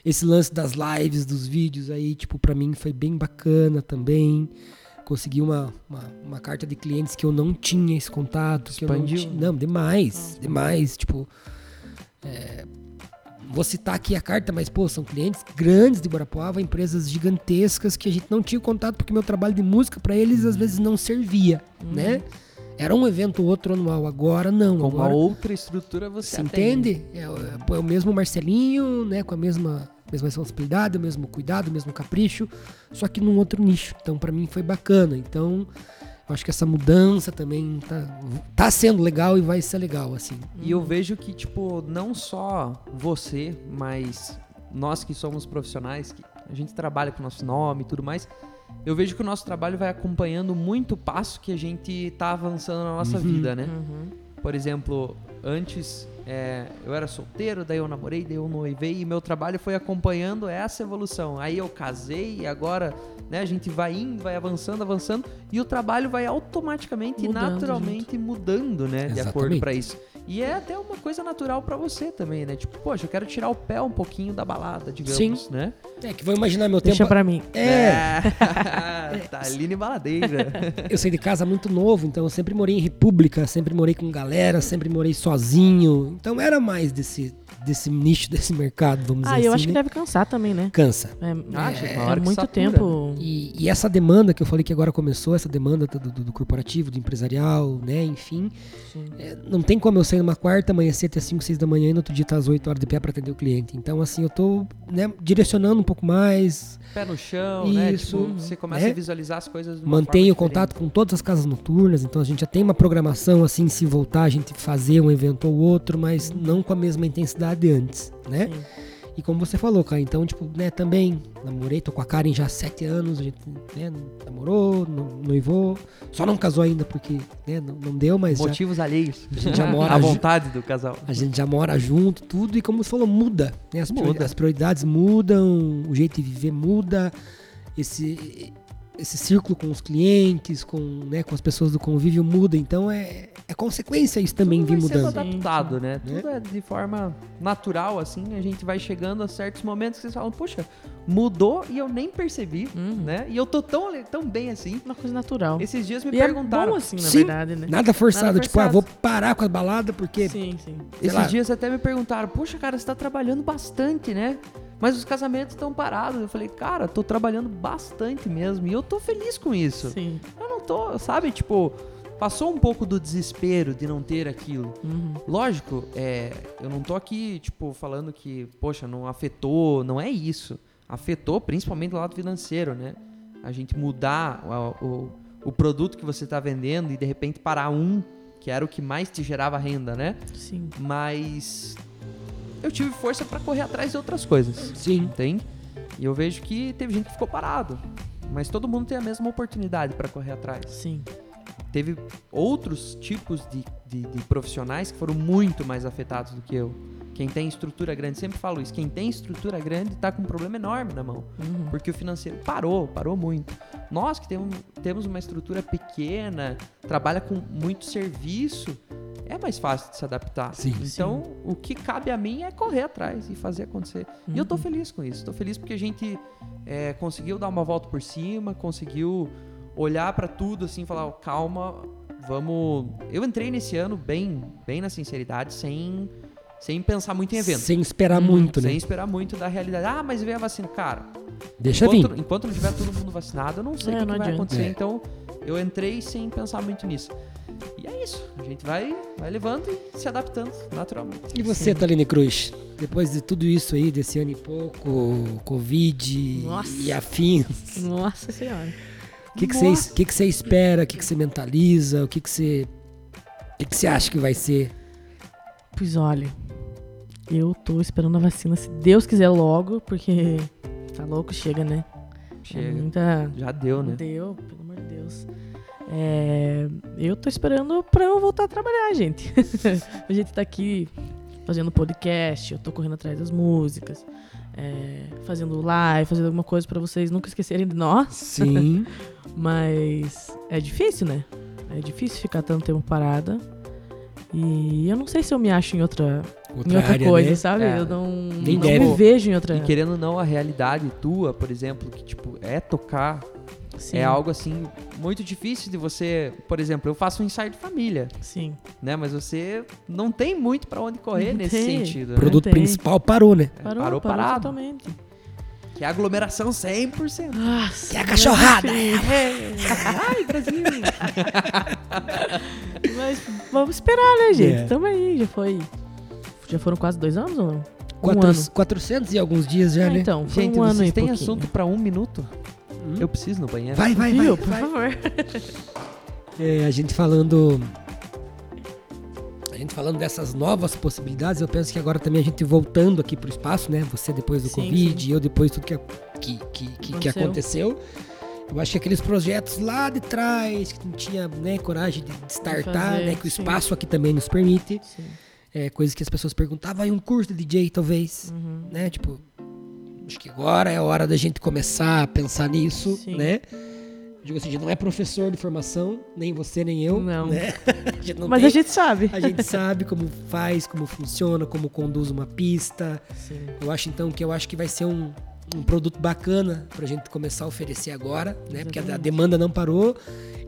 Speaker 1: Esse lance das lives, dos vídeos aí, tipo, pra mim foi bem bacana também. Consegui uma, uma, uma carta de clientes que eu não tinha esse contato.
Speaker 2: Expandiu.
Speaker 1: Que eu não, tinha, não, demais, demais. Tipo, vou citar aqui a carta, mas, pô, são clientes grandes de Guarapuava, empresas gigantescas que a gente não tinha contato porque meu trabalho de música pra eles às vezes não servia, né? Era um evento ou outro anual, agora não.
Speaker 2: Com uma
Speaker 1: agora,
Speaker 2: outra estrutura você
Speaker 1: você
Speaker 2: atende.
Speaker 1: entende? É, o- é, pô, é o mesmo Marcelinho, né? Com a mesma, mesma responsabilidade, o mesmo cuidado, o mesmo capricho, só que num outro nicho. Então, pra mim foi bacana. Então, eu acho que essa mudança também tá, tá sendo legal e vai ser legal, assim.
Speaker 2: E eu vejo que, tipo, não só você, mas nós que somos profissionais, que a gente trabalha com o nosso nome e tudo mais, eu vejo que o nosso trabalho vai acompanhando muito o passo que a gente tá avançando na nossa vida, né?
Speaker 3: Uhum.
Speaker 2: Por exemplo, antes é, eu era solteiro, daí eu namorei, daí eu noivei e meu trabalho foi acompanhando essa evolução. Aí eu casei e agora né, a gente vai indo, vai avançando, avançando e o trabalho vai automaticamente e
Speaker 3: Mudando
Speaker 2: naturalmente mudando, né, de acordo
Speaker 1: Exatamente.
Speaker 2: para isso. E é até uma coisa natural para você também, né? Tipo, poxa, eu quero tirar o pé um pouquinho da balada, digamos,
Speaker 1: Sim.
Speaker 2: né?
Speaker 1: É que vou imaginar meu
Speaker 3: Deixa
Speaker 1: tempo.
Speaker 3: pra mim.
Speaker 1: É,
Speaker 2: tá Aline Baladeira.
Speaker 1: Eu saí de casa muito novo, então eu sempre morei em república, sempre morei com galera, sempre morei sozinho. Então era mais desse, desse nicho, desse mercado, vamos
Speaker 3: Ah,
Speaker 1: dizer
Speaker 3: eu
Speaker 1: assim.
Speaker 3: acho que
Speaker 1: né?
Speaker 3: deve cansar também, né?
Speaker 1: Cansa.
Speaker 3: É,
Speaker 2: Acha?
Speaker 3: é,
Speaker 2: Uma hora Ah, que
Speaker 3: muito
Speaker 2: satura,
Speaker 3: tempo.
Speaker 1: E, e essa demanda que eu falei que agora começou, essa demanda do, do- do corporativo, do empresarial, né, enfim,
Speaker 3: Sim.
Speaker 1: é, não tem como eu sair numa quarta, amanhecer até 5, 6 da manhã e no outro dia tá às 8 horas de pé para atender o cliente. Então, assim, eu tô né, direcionando um pouco mais,
Speaker 2: Pé no chão, né?
Speaker 1: Isso.
Speaker 2: Tipo, você começa
Speaker 1: É.
Speaker 2: a visualizar as coisas de uma
Speaker 1: mantenho o
Speaker 2: forma diferente.
Speaker 1: contato com todas as casas noturnas, então a gente já tem uma programação, assim, se voltar, a gente fazer um evento ou outro, mas não com a mesma intensidade de antes, né?
Speaker 3: Sim.
Speaker 1: E como você falou, cara, então, tipo, né, também namorei, tô com a Karen já há sete anos, a gente, né, namorou, no- noivou, só não casou ainda porque, né, não, não deu, mas já-
Speaker 2: Motivos alheios.
Speaker 1: a gente já mora
Speaker 2: à
Speaker 1: ju-
Speaker 2: vontade do casal.
Speaker 1: a gente já mora junto, tudo, e como você falou, muda, né, as, priori-
Speaker 2: Muda.
Speaker 1: as prioridades mudam, o jeito de viver muda, esse, esse círculo com os clientes, com, né, com as pessoas do convívio muda, então é, é consequência isso também
Speaker 2: Tudo
Speaker 1: vir
Speaker 2: vai sendo
Speaker 1: mudando.
Speaker 2: adaptado, né?
Speaker 1: Né?
Speaker 2: Tudo é de forma natural, assim. A gente vai chegando a certos momentos que vocês falam, poxa, mudou e eu nem percebi,
Speaker 3: Uhum.
Speaker 2: né? E eu tô tão, ale- tão bem assim.
Speaker 3: Uma coisa natural.
Speaker 2: Esses dias me
Speaker 3: e é
Speaker 2: perguntaram.
Speaker 3: bom assim, na
Speaker 1: Sim.
Speaker 3: verdade, né?
Speaker 1: Nada forçado,
Speaker 2: Nada
Speaker 1: tipo, ah,
Speaker 2: forçado.
Speaker 1: vou parar com a balada porque,
Speaker 3: Sim,
Speaker 1: sei
Speaker 3: sim.
Speaker 2: esses
Speaker 1: lá,
Speaker 2: dias até me perguntaram, poxa, cara, você tá trabalhando bastante, né? Mas os casamentos estão parados. Eu falei, cara, tô trabalhando bastante mesmo. E eu tô feliz com isso.
Speaker 3: Sim.
Speaker 2: Eu não tô, sabe? Tipo, passou um pouco do desespero de não ter aquilo.
Speaker 3: Uhum.
Speaker 2: Lógico, é, eu não tô aqui, tipo, falando que, poxa, não afetou, não é isso. Afetou principalmente o lado financeiro, né? A gente mudar o, o, o produto que você tá vendendo e de repente parar um, que era o que mais te gerava renda, né?
Speaker 3: Sim.
Speaker 2: Mas eu tive força pra correr atrás de outras coisas.
Speaker 1: Sim.
Speaker 2: Entende? E eu vejo que teve gente que ficou parado. Mas todo mundo tem a mesma oportunidade pra correr atrás
Speaker 3: Sim.
Speaker 2: teve outros tipos de, de, de profissionais que foram muito mais afetados do que eu. Quem tem estrutura grande, sempre falo isso, quem tem estrutura grande tá com um problema enorme na mão,
Speaker 3: Uhum.
Speaker 2: porque o financeiro parou, parou muito. Nós que temos, temos uma estrutura pequena, trabalha com muito serviço, é mais fácil de se adaptar.
Speaker 1: Sim,
Speaker 2: então, o que cabe a mim é correr atrás e fazer acontecer. E
Speaker 1: Uhum.
Speaker 2: eu tô feliz com isso. Tô feliz porque a gente é, conseguiu dar uma volta por cima, conseguiu olhar pra tudo assim, e falar, "Ó, calma, vamos. Eu entrei nesse ano bem, bem na sinceridade, sem, sem pensar muito em evento.
Speaker 1: sem esperar
Speaker 3: Hum,
Speaker 1: muito,
Speaker 2: sem
Speaker 1: né?
Speaker 2: esperar muito da realidade. Ah, mas veio a vacina. Cara,
Speaker 1: Deixa vir.
Speaker 2: enquanto, enquanto não tiver todo mundo vacinado, eu não sei
Speaker 3: É,
Speaker 2: o que,
Speaker 3: não
Speaker 2: que vai
Speaker 3: adianta.
Speaker 2: acontecer.
Speaker 1: É.
Speaker 2: Então, eu entrei sem pensar muito nisso. E é isso. A gente vai, vai levando e se adaptando naturalmente.
Speaker 1: E você, Taline Cruz? Depois de tudo isso aí, desse ano e pouco, Covid
Speaker 3: Nossa.
Speaker 1: e afins,
Speaker 3: Nossa senhora.
Speaker 1: o que que
Speaker 2: Nossa.
Speaker 1: você que que você espera? O que que você mentaliza? O que que você o que que você acha que vai ser?
Speaker 3: Pois olha, eu tô esperando a vacina, se Deus quiser logo, porque tá louco, chega, né? É
Speaker 2: Chega.
Speaker 3: muita.
Speaker 2: Já deu, né?
Speaker 3: Deu, pelo amor de Deus. É, eu tô esperando pra eu voltar a trabalhar, gente. a gente tá aqui fazendo podcast, eu tô correndo atrás das músicas, é, fazendo live, fazendo alguma coisa pra vocês nunca esquecerem de nós.
Speaker 1: Sim.
Speaker 3: Mas é difícil, né? É difícil ficar tanto tempo parada. E eu não sei se eu me acho em outra, em
Speaker 1: Outra,
Speaker 3: outra
Speaker 1: área,
Speaker 3: coisa,
Speaker 1: né?
Speaker 3: sabe?
Speaker 2: É.
Speaker 3: Eu não,
Speaker 1: Nem
Speaker 3: não
Speaker 1: deve.
Speaker 3: me vejo em outra.
Speaker 2: E querendo ou não, a realidade tua, por exemplo, que tipo, é tocar,
Speaker 3: Sim,
Speaker 2: é algo assim muito difícil de você, por exemplo, eu faço um ensaio de família,
Speaker 3: Sim.
Speaker 2: né? Mas você não tem muito pra onde correr
Speaker 3: Não
Speaker 2: nesse
Speaker 3: tem.
Speaker 2: sentido.
Speaker 1: O
Speaker 2: né?
Speaker 1: produto
Speaker 3: Tem.
Speaker 1: principal parou, né?
Speaker 2: É,
Speaker 3: Parou,
Speaker 2: parou
Speaker 3: parou,
Speaker 2: parado.
Speaker 3: totalmente.
Speaker 2: Que é aglomeração 100%.
Speaker 3: Nossa,
Speaker 1: Que é a cachorrada.
Speaker 2: Ai, Brasil.
Speaker 3: é. Mas vamos esperar, né, gente?
Speaker 1: É.
Speaker 3: Tamo aí, já foi. Já foram quase dois anos ou não? Um
Speaker 1: Quatro-
Speaker 3: ano.
Speaker 1: 400 e alguns dias já,
Speaker 3: Ah,
Speaker 1: né?
Speaker 3: então, foi
Speaker 2: Gente,
Speaker 3: um ano
Speaker 2: vocês
Speaker 3: e
Speaker 2: têm
Speaker 3: pouquinho.
Speaker 2: assunto pra um minuto?
Speaker 1: Hum.
Speaker 2: Eu preciso ir no banheiro.
Speaker 1: Vai, vai, vai.
Speaker 3: é. Viu? Por
Speaker 1: vai.
Speaker 3: favor.
Speaker 1: É, a gente falando a gente falando dessas novas possibilidades, eu penso que agora também a gente voltando aqui pro espaço, né? Você depois do
Speaker 3: Sim,
Speaker 1: Covid, eu depois de tudo que, que, que, que, que aconteceu. Eu acho que aqueles projetos lá de trás, que não tinha né, coragem de de startar,
Speaker 3: fazer,
Speaker 1: né? Que o
Speaker 3: sim.
Speaker 1: espaço aqui também nos permite.
Speaker 3: Sim.
Speaker 1: É, coisas que as pessoas perguntavam, ah, e um curso de DJ talvez,
Speaker 3: Uhum.
Speaker 1: né? Tipo, acho que agora é a hora da gente começar a pensar nisso,
Speaker 3: Sim.
Speaker 1: né? Digo assim, a gente não é professor de formação, nem você, nem eu.
Speaker 3: Não.
Speaker 1: né? A gente não
Speaker 3: Mas
Speaker 1: tem-
Speaker 3: a gente sabe.
Speaker 1: a gente sabe como faz, como funciona, como conduz uma pista.
Speaker 3: Sim.
Speaker 1: Eu acho então que eu acho que vai ser um, um produto bacana pra gente começar a oferecer agora, né? Porque a, a demanda não parou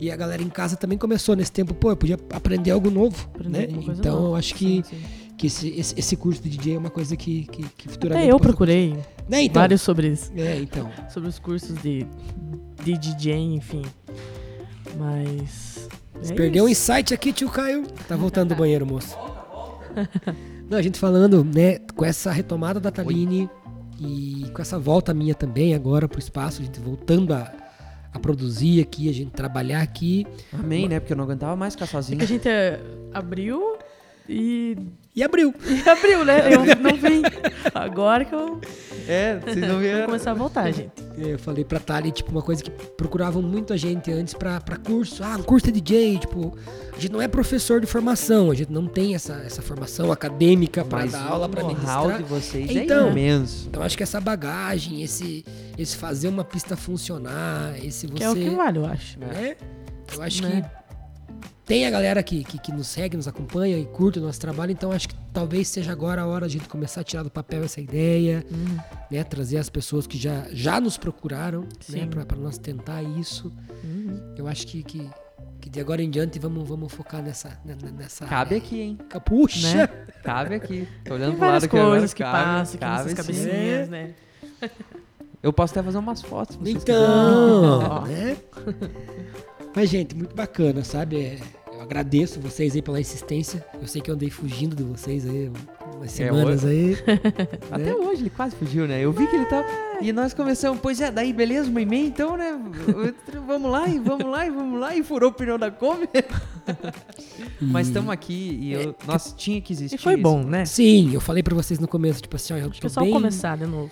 Speaker 1: e a galera em casa também começou nesse tempo, pô, eu podia aprender algo novo,
Speaker 3: Aprender
Speaker 1: né?
Speaker 3: alguma coisa
Speaker 1: Então eu
Speaker 3: nova.
Speaker 1: acho que,
Speaker 3: Sim, sim.
Speaker 1: que esse, esse, esse curso de DJ é uma coisa que, que, que futuramente...
Speaker 3: Até É, eu
Speaker 1: possa-
Speaker 3: procurei
Speaker 1: Né, tá então?
Speaker 3: vários sobre isso.
Speaker 1: É, então.
Speaker 3: Sobre os cursos de, de DJ, enfim. Mas. é
Speaker 1: Perdeu um
Speaker 3: isso.
Speaker 1: insight aqui, tio Caio. Tá voltando do banheiro, moço. Não, a gente falando, né, com essa retomada da Taline e com essa volta minha também agora pro espaço, a gente voltando a, a produzir aqui, a gente trabalhar aqui.
Speaker 2: Amém, né? Porque eu não aguentava mais ficar sozinho.
Speaker 3: A gente é, abriu e.
Speaker 1: E abriu.
Speaker 3: e abriu, né? Eu não vim. Agora que eu
Speaker 2: É, vocês não
Speaker 3: vou
Speaker 2: viram.
Speaker 3: começar a voltar, gente.
Speaker 1: Eu falei pra Thalie, tipo, uma coisa que procuravam muito a gente antes pra, pra curso. Ah, um curso de DJ, tipo, a gente não é professor de formação, a gente não tem essa, essa formação acadêmica pra
Speaker 2: Mas
Speaker 1: dar aula, pra
Speaker 2: o
Speaker 1: ministrar.
Speaker 2: know-how de vocês
Speaker 1: Então.
Speaker 2: é imenso.
Speaker 1: Então acho que essa bagagem, esse, esse fazer uma pista funcionar, esse você.
Speaker 3: Que é o que vale, eu acho.
Speaker 1: né? Eu acho
Speaker 3: Né?
Speaker 1: que tem a galera que, que, que nos segue, nos acompanha e curte o nosso trabalho, então acho que talvez seja agora a hora de a gente começar a tirar do papel essa ideia,
Speaker 3: Hum,
Speaker 1: né? Trazer as pessoas que já, já nos procuraram, né?
Speaker 3: Sim.
Speaker 1: Pra, pra nós tentar isso.
Speaker 2: Uhum.
Speaker 3: hum.
Speaker 1: Eu acho que, que, que de agora em diante vamos, vamos focar nessa. ne- ne- nessa
Speaker 2: Cabe aqui, hein?
Speaker 1: Puxa!
Speaker 3: Né?
Speaker 2: Cabe aqui. Tô
Speaker 3: Tem
Speaker 2: olhando pro
Speaker 3: várias
Speaker 2: lado que agora
Speaker 3: coisas que
Speaker 2: cabe,
Speaker 3: passam aqui
Speaker 2: cabe
Speaker 3: nessas
Speaker 2: sim.
Speaker 3: cabecinhas, né?
Speaker 2: Eu posso até fazer umas fotos. se vocês
Speaker 1: Então,
Speaker 3: Ó.
Speaker 1: né? Mas, gente, muito bacana, sabe? É, Eu agradeço vocês aí pela insistência. Eu sei que eu andei fugindo de vocês aí umas
Speaker 2: É,
Speaker 1: semanas aí.
Speaker 2: quiserem. Até hoje ele quase fugiu, né? Eu vi que ele tava. E nós começamos, pois é, daí beleza, uma e meia então, né? Vamos lá, e vamos lá, e vamos lá, e furou o pneu da Kombi. Mas estamos aqui e eu. Nossa, tinha que existir.
Speaker 3: Hum. É E foi
Speaker 2: isso.
Speaker 3: bom, né?
Speaker 1: Sim, eu falei pra vocês no começo, tipo assim, ó, eu
Speaker 3: Acho que
Speaker 1: tô
Speaker 3: é só
Speaker 1: bem,
Speaker 3: começar de novo.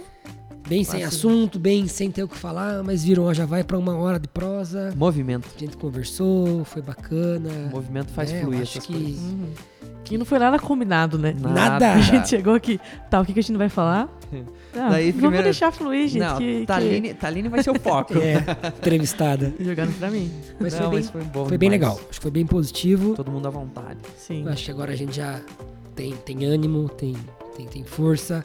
Speaker 1: bem sem
Speaker 3: assim.
Speaker 1: assunto, bem sem ter o que falar, mas viram, ó, já vai pra uma hora de prosa.
Speaker 2: Movimento.
Speaker 1: A gente conversou, foi bacana.
Speaker 2: O movimento faz
Speaker 1: né? Eu
Speaker 2: fluir
Speaker 1: acho
Speaker 2: essas
Speaker 1: que
Speaker 2: coisas.
Speaker 3: Uhum. E não foi nada combinado, né?
Speaker 2: Nada.
Speaker 1: nada.
Speaker 3: A gente chegou aqui. Tá, o que, que a gente vai falar? Ah,
Speaker 2: Daí,
Speaker 3: Vamos
Speaker 2: primeiro-
Speaker 3: deixar fluir, gente.
Speaker 2: Não, tá
Speaker 3: que,
Speaker 2: Taline, Taline vai ser o foco.
Speaker 1: É, entrevistada.
Speaker 3: que... Jogaram pra mim.
Speaker 1: Mas
Speaker 2: Não,
Speaker 1: foi bem,
Speaker 2: mas foi bom.
Speaker 1: foi bem
Speaker 2: demais.
Speaker 1: legal. Acho que foi bem positivo.
Speaker 2: Todo mundo à vontade.
Speaker 3: Sim.
Speaker 1: Eu acho que agora a gente já tem, tem ânimo, tem, tem, tem força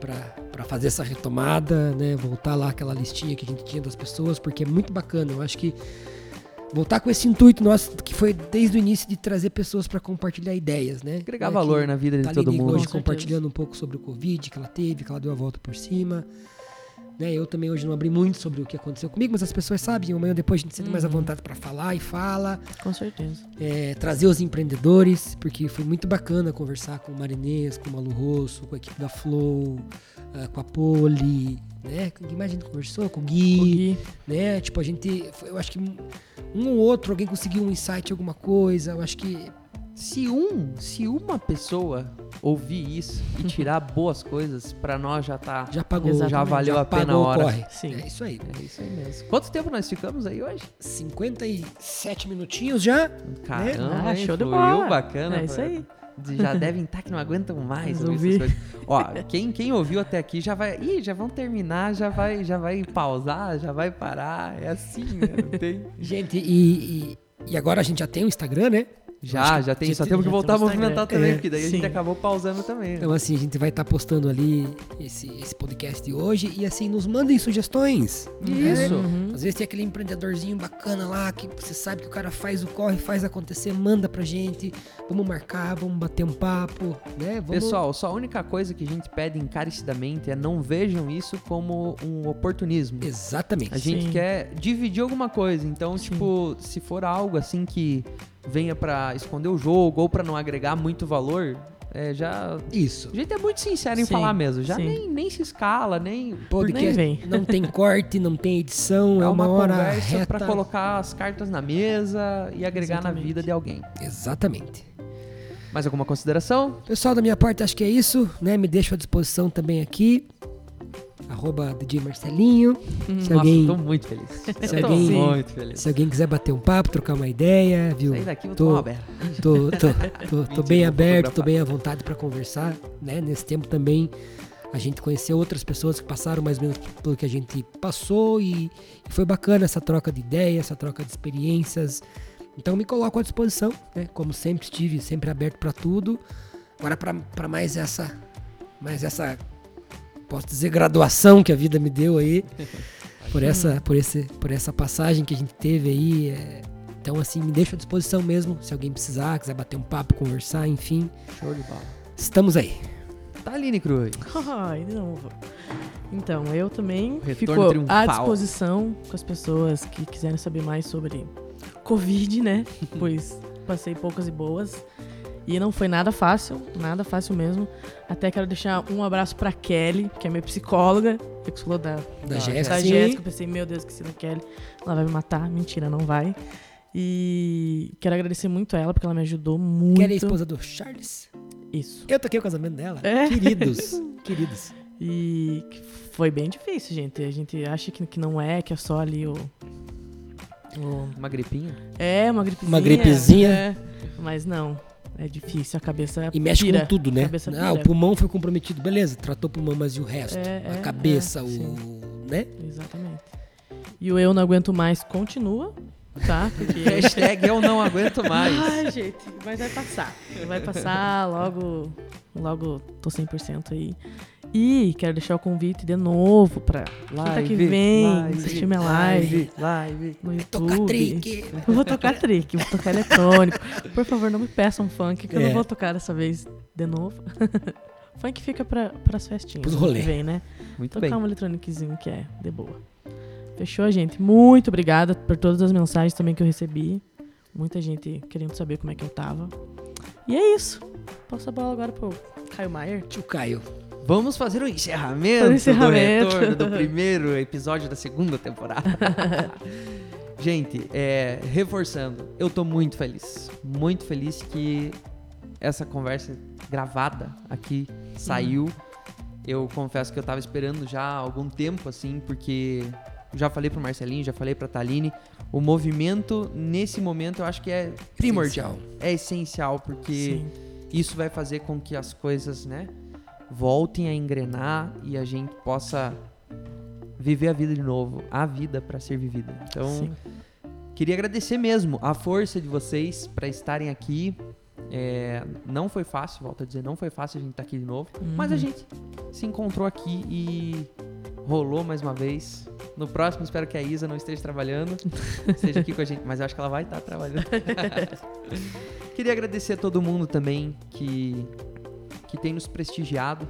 Speaker 1: para fazer essa retomada, né? Voltar lá aquela listinha que a gente tinha das pessoas, porque é muito bacana. Eu acho que voltar com esse intuito nosso, que foi desde o início de trazer pessoas para compartilhar ideias, né?
Speaker 2: Agregar
Speaker 1: Né, que
Speaker 2: valor na vida de
Speaker 1: tá
Speaker 2: todo
Speaker 1: ali
Speaker 2: mundo.
Speaker 1: hoje
Speaker 3: Com certeza.
Speaker 1: compartilhando um pouco sobre o Covid que ela teve, que ela deu a volta por cima. Né, eu também hoje não abri muito sobre o que aconteceu comigo, mas as pessoas sabem. Amanhã ou depois a gente sente mais à
Speaker 3: Uhum.
Speaker 1: vontade para falar e fala
Speaker 3: Com certeza.
Speaker 1: é, trazer os empreendedores, porque foi muito bacana conversar com o Marinês, com o Malu Rosso, com a equipe da Flow, ah, com a Poli, né? Com quem mais a gente conversou? Com o Gui,
Speaker 3: O Gui,
Speaker 1: né? Tipo, a gente, foi- eu acho que um um ou outro, alguém conseguiu um insight, alguma coisa, eu acho que
Speaker 2: Se um, se uma pessoa ouvir isso e tirar boas coisas, pra nós já tá.
Speaker 1: já pagou.
Speaker 3: Exatamente.
Speaker 2: Já valeu a pena
Speaker 1: pagou
Speaker 2: a hora.
Speaker 1: o corre.
Speaker 3: Sim.
Speaker 1: É isso aí.
Speaker 2: É isso aí mesmo. Quanto tempo nós ficamos aí hoje?
Speaker 1: 57 minutinhos já.
Speaker 2: Caramba,
Speaker 3: Ah,
Speaker 2: hein?
Speaker 3: show de
Speaker 2: Fluiu,
Speaker 3: bola.
Speaker 2: bacana.
Speaker 3: É isso aí.
Speaker 2: Já devem estar que não aguentam mais
Speaker 3: Mas
Speaker 2: ouvir
Speaker 3: ouvi.
Speaker 2: essas coisas. Ó, quem, quem ouviu até aqui já vai. Ih, já vão terminar, já vai, já vai pausar, já vai parar. É assim, né? Não tem.
Speaker 1: Gente, e, e, e agora a gente já tem o Instagram, né?
Speaker 2: Já, já tem.
Speaker 1: já
Speaker 2: Só
Speaker 1: tem-
Speaker 2: temos
Speaker 1: já
Speaker 2: que voltar a
Speaker 3: temos Instagram.
Speaker 2: movimentar também,
Speaker 3: É,
Speaker 2: porque daí a
Speaker 3: sim.
Speaker 2: gente acabou pausando também. né?
Speaker 1: Então, assim, a gente vai estar postando ali esse, esse podcast de hoje. E, assim, nos mandem sugestões.
Speaker 3: É,
Speaker 1: né?
Speaker 2: Isso.
Speaker 3: uhum.
Speaker 1: Às vezes tem aquele empreendedorzinho bacana lá que você sabe que o cara faz o corre, faz acontecer, manda pra gente. Vamos marcar, vamos bater um papo, né? Vamos...
Speaker 2: Pessoal, só a única coisa que a gente pede encarecidamente é não vejam isso como um oportunismo.
Speaker 1: Exatamente.
Speaker 2: A gente
Speaker 3: Sim.
Speaker 2: quer dividir alguma coisa. Então,
Speaker 3: Sim.
Speaker 2: tipo, se for algo assim que venha pra esconder o jogo ou pra não agregar muito valor, é, já.
Speaker 1: Isso.
Speaker 2: A gente é muito sincero em
Speaker 3: Sim,
Speaker 2: falar mesmo. Já
Speaker 3: sim.
Speaker 2: nem, nem se escala, nem.
Speaker 3: Nem
Speaker 1: Podcast
Speaker 3: vem.
Speaker 1: não tem corte, não tem edição, é,
Speaker 2: É
Speaker 1: uma,
Speaker 2: uma
Speaker 1: hora
Speaker 2: conversa
Speaker 1: reta.
Speaker 2: pra colocar as cartas na mesa e agregar na
Speaker 3: Exatamente.
Speaker 2: vida de alguém.
Speaker 1: Exatamente.
Speaker 2: Mais alguma consideração?
Speaker 1: Pessoal, da minha parte, acho que é isso, né? Me deixo à disposição também aqui. Arroba DJ Marcelinho. Se alguém...
Speaker 2: Nossa, tô muito feliz.
Speaker 1: Se
Speaker 2: Eu tô
Speaker 1: alguém-
Speaker 2: muito feliz.
Speaker 1: Se alguém quiser bater um papo, trocar uma ideia, viu?
Speaker 2: Sair daqui, eu vou
Speaker 1: tô-
Speaker 2: tomar uma berra.
Speaker 1: Tô, tô, tô, tô
Speaker 2: Mentira,
Speaker 1: bem
Speaker 2: vou
Speaker 1: aberto, tô
Speaker 2: fotografar.
Speaker 1: bem à vontade para conversar, né? Nesse tempo também a gente conheceu outras pessoas que passaram mais ou menos pelo que a gente passou e, e foi bacana essa troca de ideias, essa troca de experiências. Então me coloco à disposição, né? Como sempre estive, sempre aberto para tudo. Agora para mais essa mais essa posso dizer, graduação que a vida me deu aí. Por essa, por, esse, por essa passagem que a gente teve aí. é. Então, assim, me deixo à disposição mesmo. Se alguém precisar, quiser bater um papo, conversar, enfim.
Speaker 2: Show de bola.
Speaker 1: Estamos aí.
Speaker 2: Taline Cruz.
Speaker 3: Ai, de novo. Então, eu também
Speaker 2: Retorno
Speaker 3: fico à
Speaker 2: triunfal.
Speaker 3: disposição com as pessoas que quiserem saber mais sobre Covid, né? pois passei poucas e boas. E não foi nada fácil, nada fácil mesmo. Até quero deixar um abraço pra Kelly, que é minha psicóloga. Eu que sou da
Speaker 1: Da
Speaker 2: Tá,
Speaker 1: Jéssica.
Speaker 3: da
Speaker 1: sim.
Speaker 3: Jéssica. Eu pensei, meu Deus, esqueci da Kelly. Ela vai me matar. Mentira, não vai. E quero agradecer muito a ela, porque ela me ajudou muito.
Speaker 1: Kelly é a esposa do Charles.
Speaker 3: Isso.
Speaker 1: Eu toquei o casamento dela.
Speaker 3: É.
Speaker 1: Queridos. Queridos.
Speaker 3: E que foi bem difícil, gente. A gente acha que, que não é, que é só ali o. o-
Speaker 2: Uma gripinha.
Speaker 3: É, uma gripezinha.
Speaker 1: Uma gripezinha.
Speaker 3: é. Mas não, é difícil. A cabeça.
Speaker 1: E mexe
Speaker 3: pira.
Speaker 1: com tudo, né?
Speaker 3: Cabeça
Speaker 1: Ah, o
Speaker 3: pira.
Speaker 1: pulmão foi comprometido. Beleza, tratou o pulmão, mas e o resto?
Speaker 3: É,
Speaker 1: a
Speaker 3: é,
Speaker 1: cabeça,
Speaker 3: é,
Speaker 1: o.
Speaker 3: sim.
Speaker 1: né?
Speaker 3: Exatamente. E o Eu Não Aguento Mais continua, tá? Porque.
Speaker 2: Hashtag eu não aguento mais.
Speaker 3: Ai, gente, mas vai passar. Vai passar logo. Logo tô 100% aí. E quero deixar o convite de novo pra quinta que vem assistir minha live.
Speaker 2: Live.
Speaker 3: no
Speaker 1: Tocar
Speaker 3: YouTube.
Speaker 1: trick.
Speaker 3: Eu vou tocar trick, vou tocar eletrônico. Por favor, não me peçam funk, que eu
Speaker 1: É.
Speaker 3: não vou tocar dessa vez de novo. funk fica pra, pras festinhas.
Speaker 1: Pros
Speaker 3: ano que
Speaker 1: rolê.
Speaker 3: Vem, né?
Speaker 2: Muito
Speaker 3: Tocar
Speaker 2: bem.
Speaker 3: um eletrônicozinho que é de boa. Fechou, gente? Muito obrigada por todas as mensagens também que eu recebi. Muita gente querendo saber como é que eu tava. E é isso. Passa a bola agora pro Caio Maier.
Speaker 1: Tio Caio.
Speaker 2: Vamos fazer o encerramento,
Speaker 3: O encerramento.
Speaker 2: do retorno do primeiro episódio da segunda temporada. Gente, é, reforçando, eu tô muito feliz. Muito feliz que essa conversa gravada aqui saiu.
Speaker 3: Uhum.
Speaker 2: Eu confesso que eu tava esperando já há algum tempo, assim, porque já falei pro Marcelinho, já falei pra Taline. O movimento, nesse momento, eu acho que é primordial. É essencial, porque
Speaker 3: Sim.
Speaker 2: isso vai fazer com que as coisas, né, voltem a engrenar e a gente possa viver a vida de novo, a vida para ser vivida. Então,
Speaker 3: Sim.
Speaker 2: queria agradecer mesmo a força de vocês para estarem aqui. É, não foi fácil, volto a dizer, não foi fácil a gente estar aqui de novo, mas a
Speaker 3: Uhum.
Speaker 2: gente se encontrou aqui e rolou mais uma vez. No próximo, espero que a Isa não esteja trabalhando, esteja aqui com a gente, mas eu acho que ela vai estar trabalhando. Queria agradecer a todo mundo também que, que tem nos prestigiado,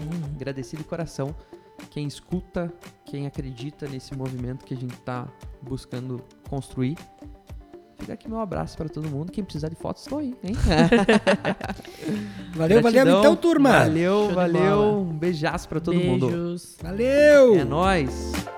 Speaker 3: Uhum.
Speaker 2: agradecer de coração quem escuta, quem acredita nesse movimento que a gente tá buscando construir. Fica aqui meu abraço para todo mundo. Quem precisar de fotos, estou aí, hein?
Speaker 1: Valeu, valeu
Speaker 2: Gratidão.
Speaker 1: então, turma.
Speaker 2: Valeu,
Speaker 3: Show de
Speaker 2: valeu.
Speaker 3: bola.
Speaker 2: Um beijaço para todo mundo.
Speaker 3: Beijos.
Speaker 1: Valeu.
Speaker 2: É nóis.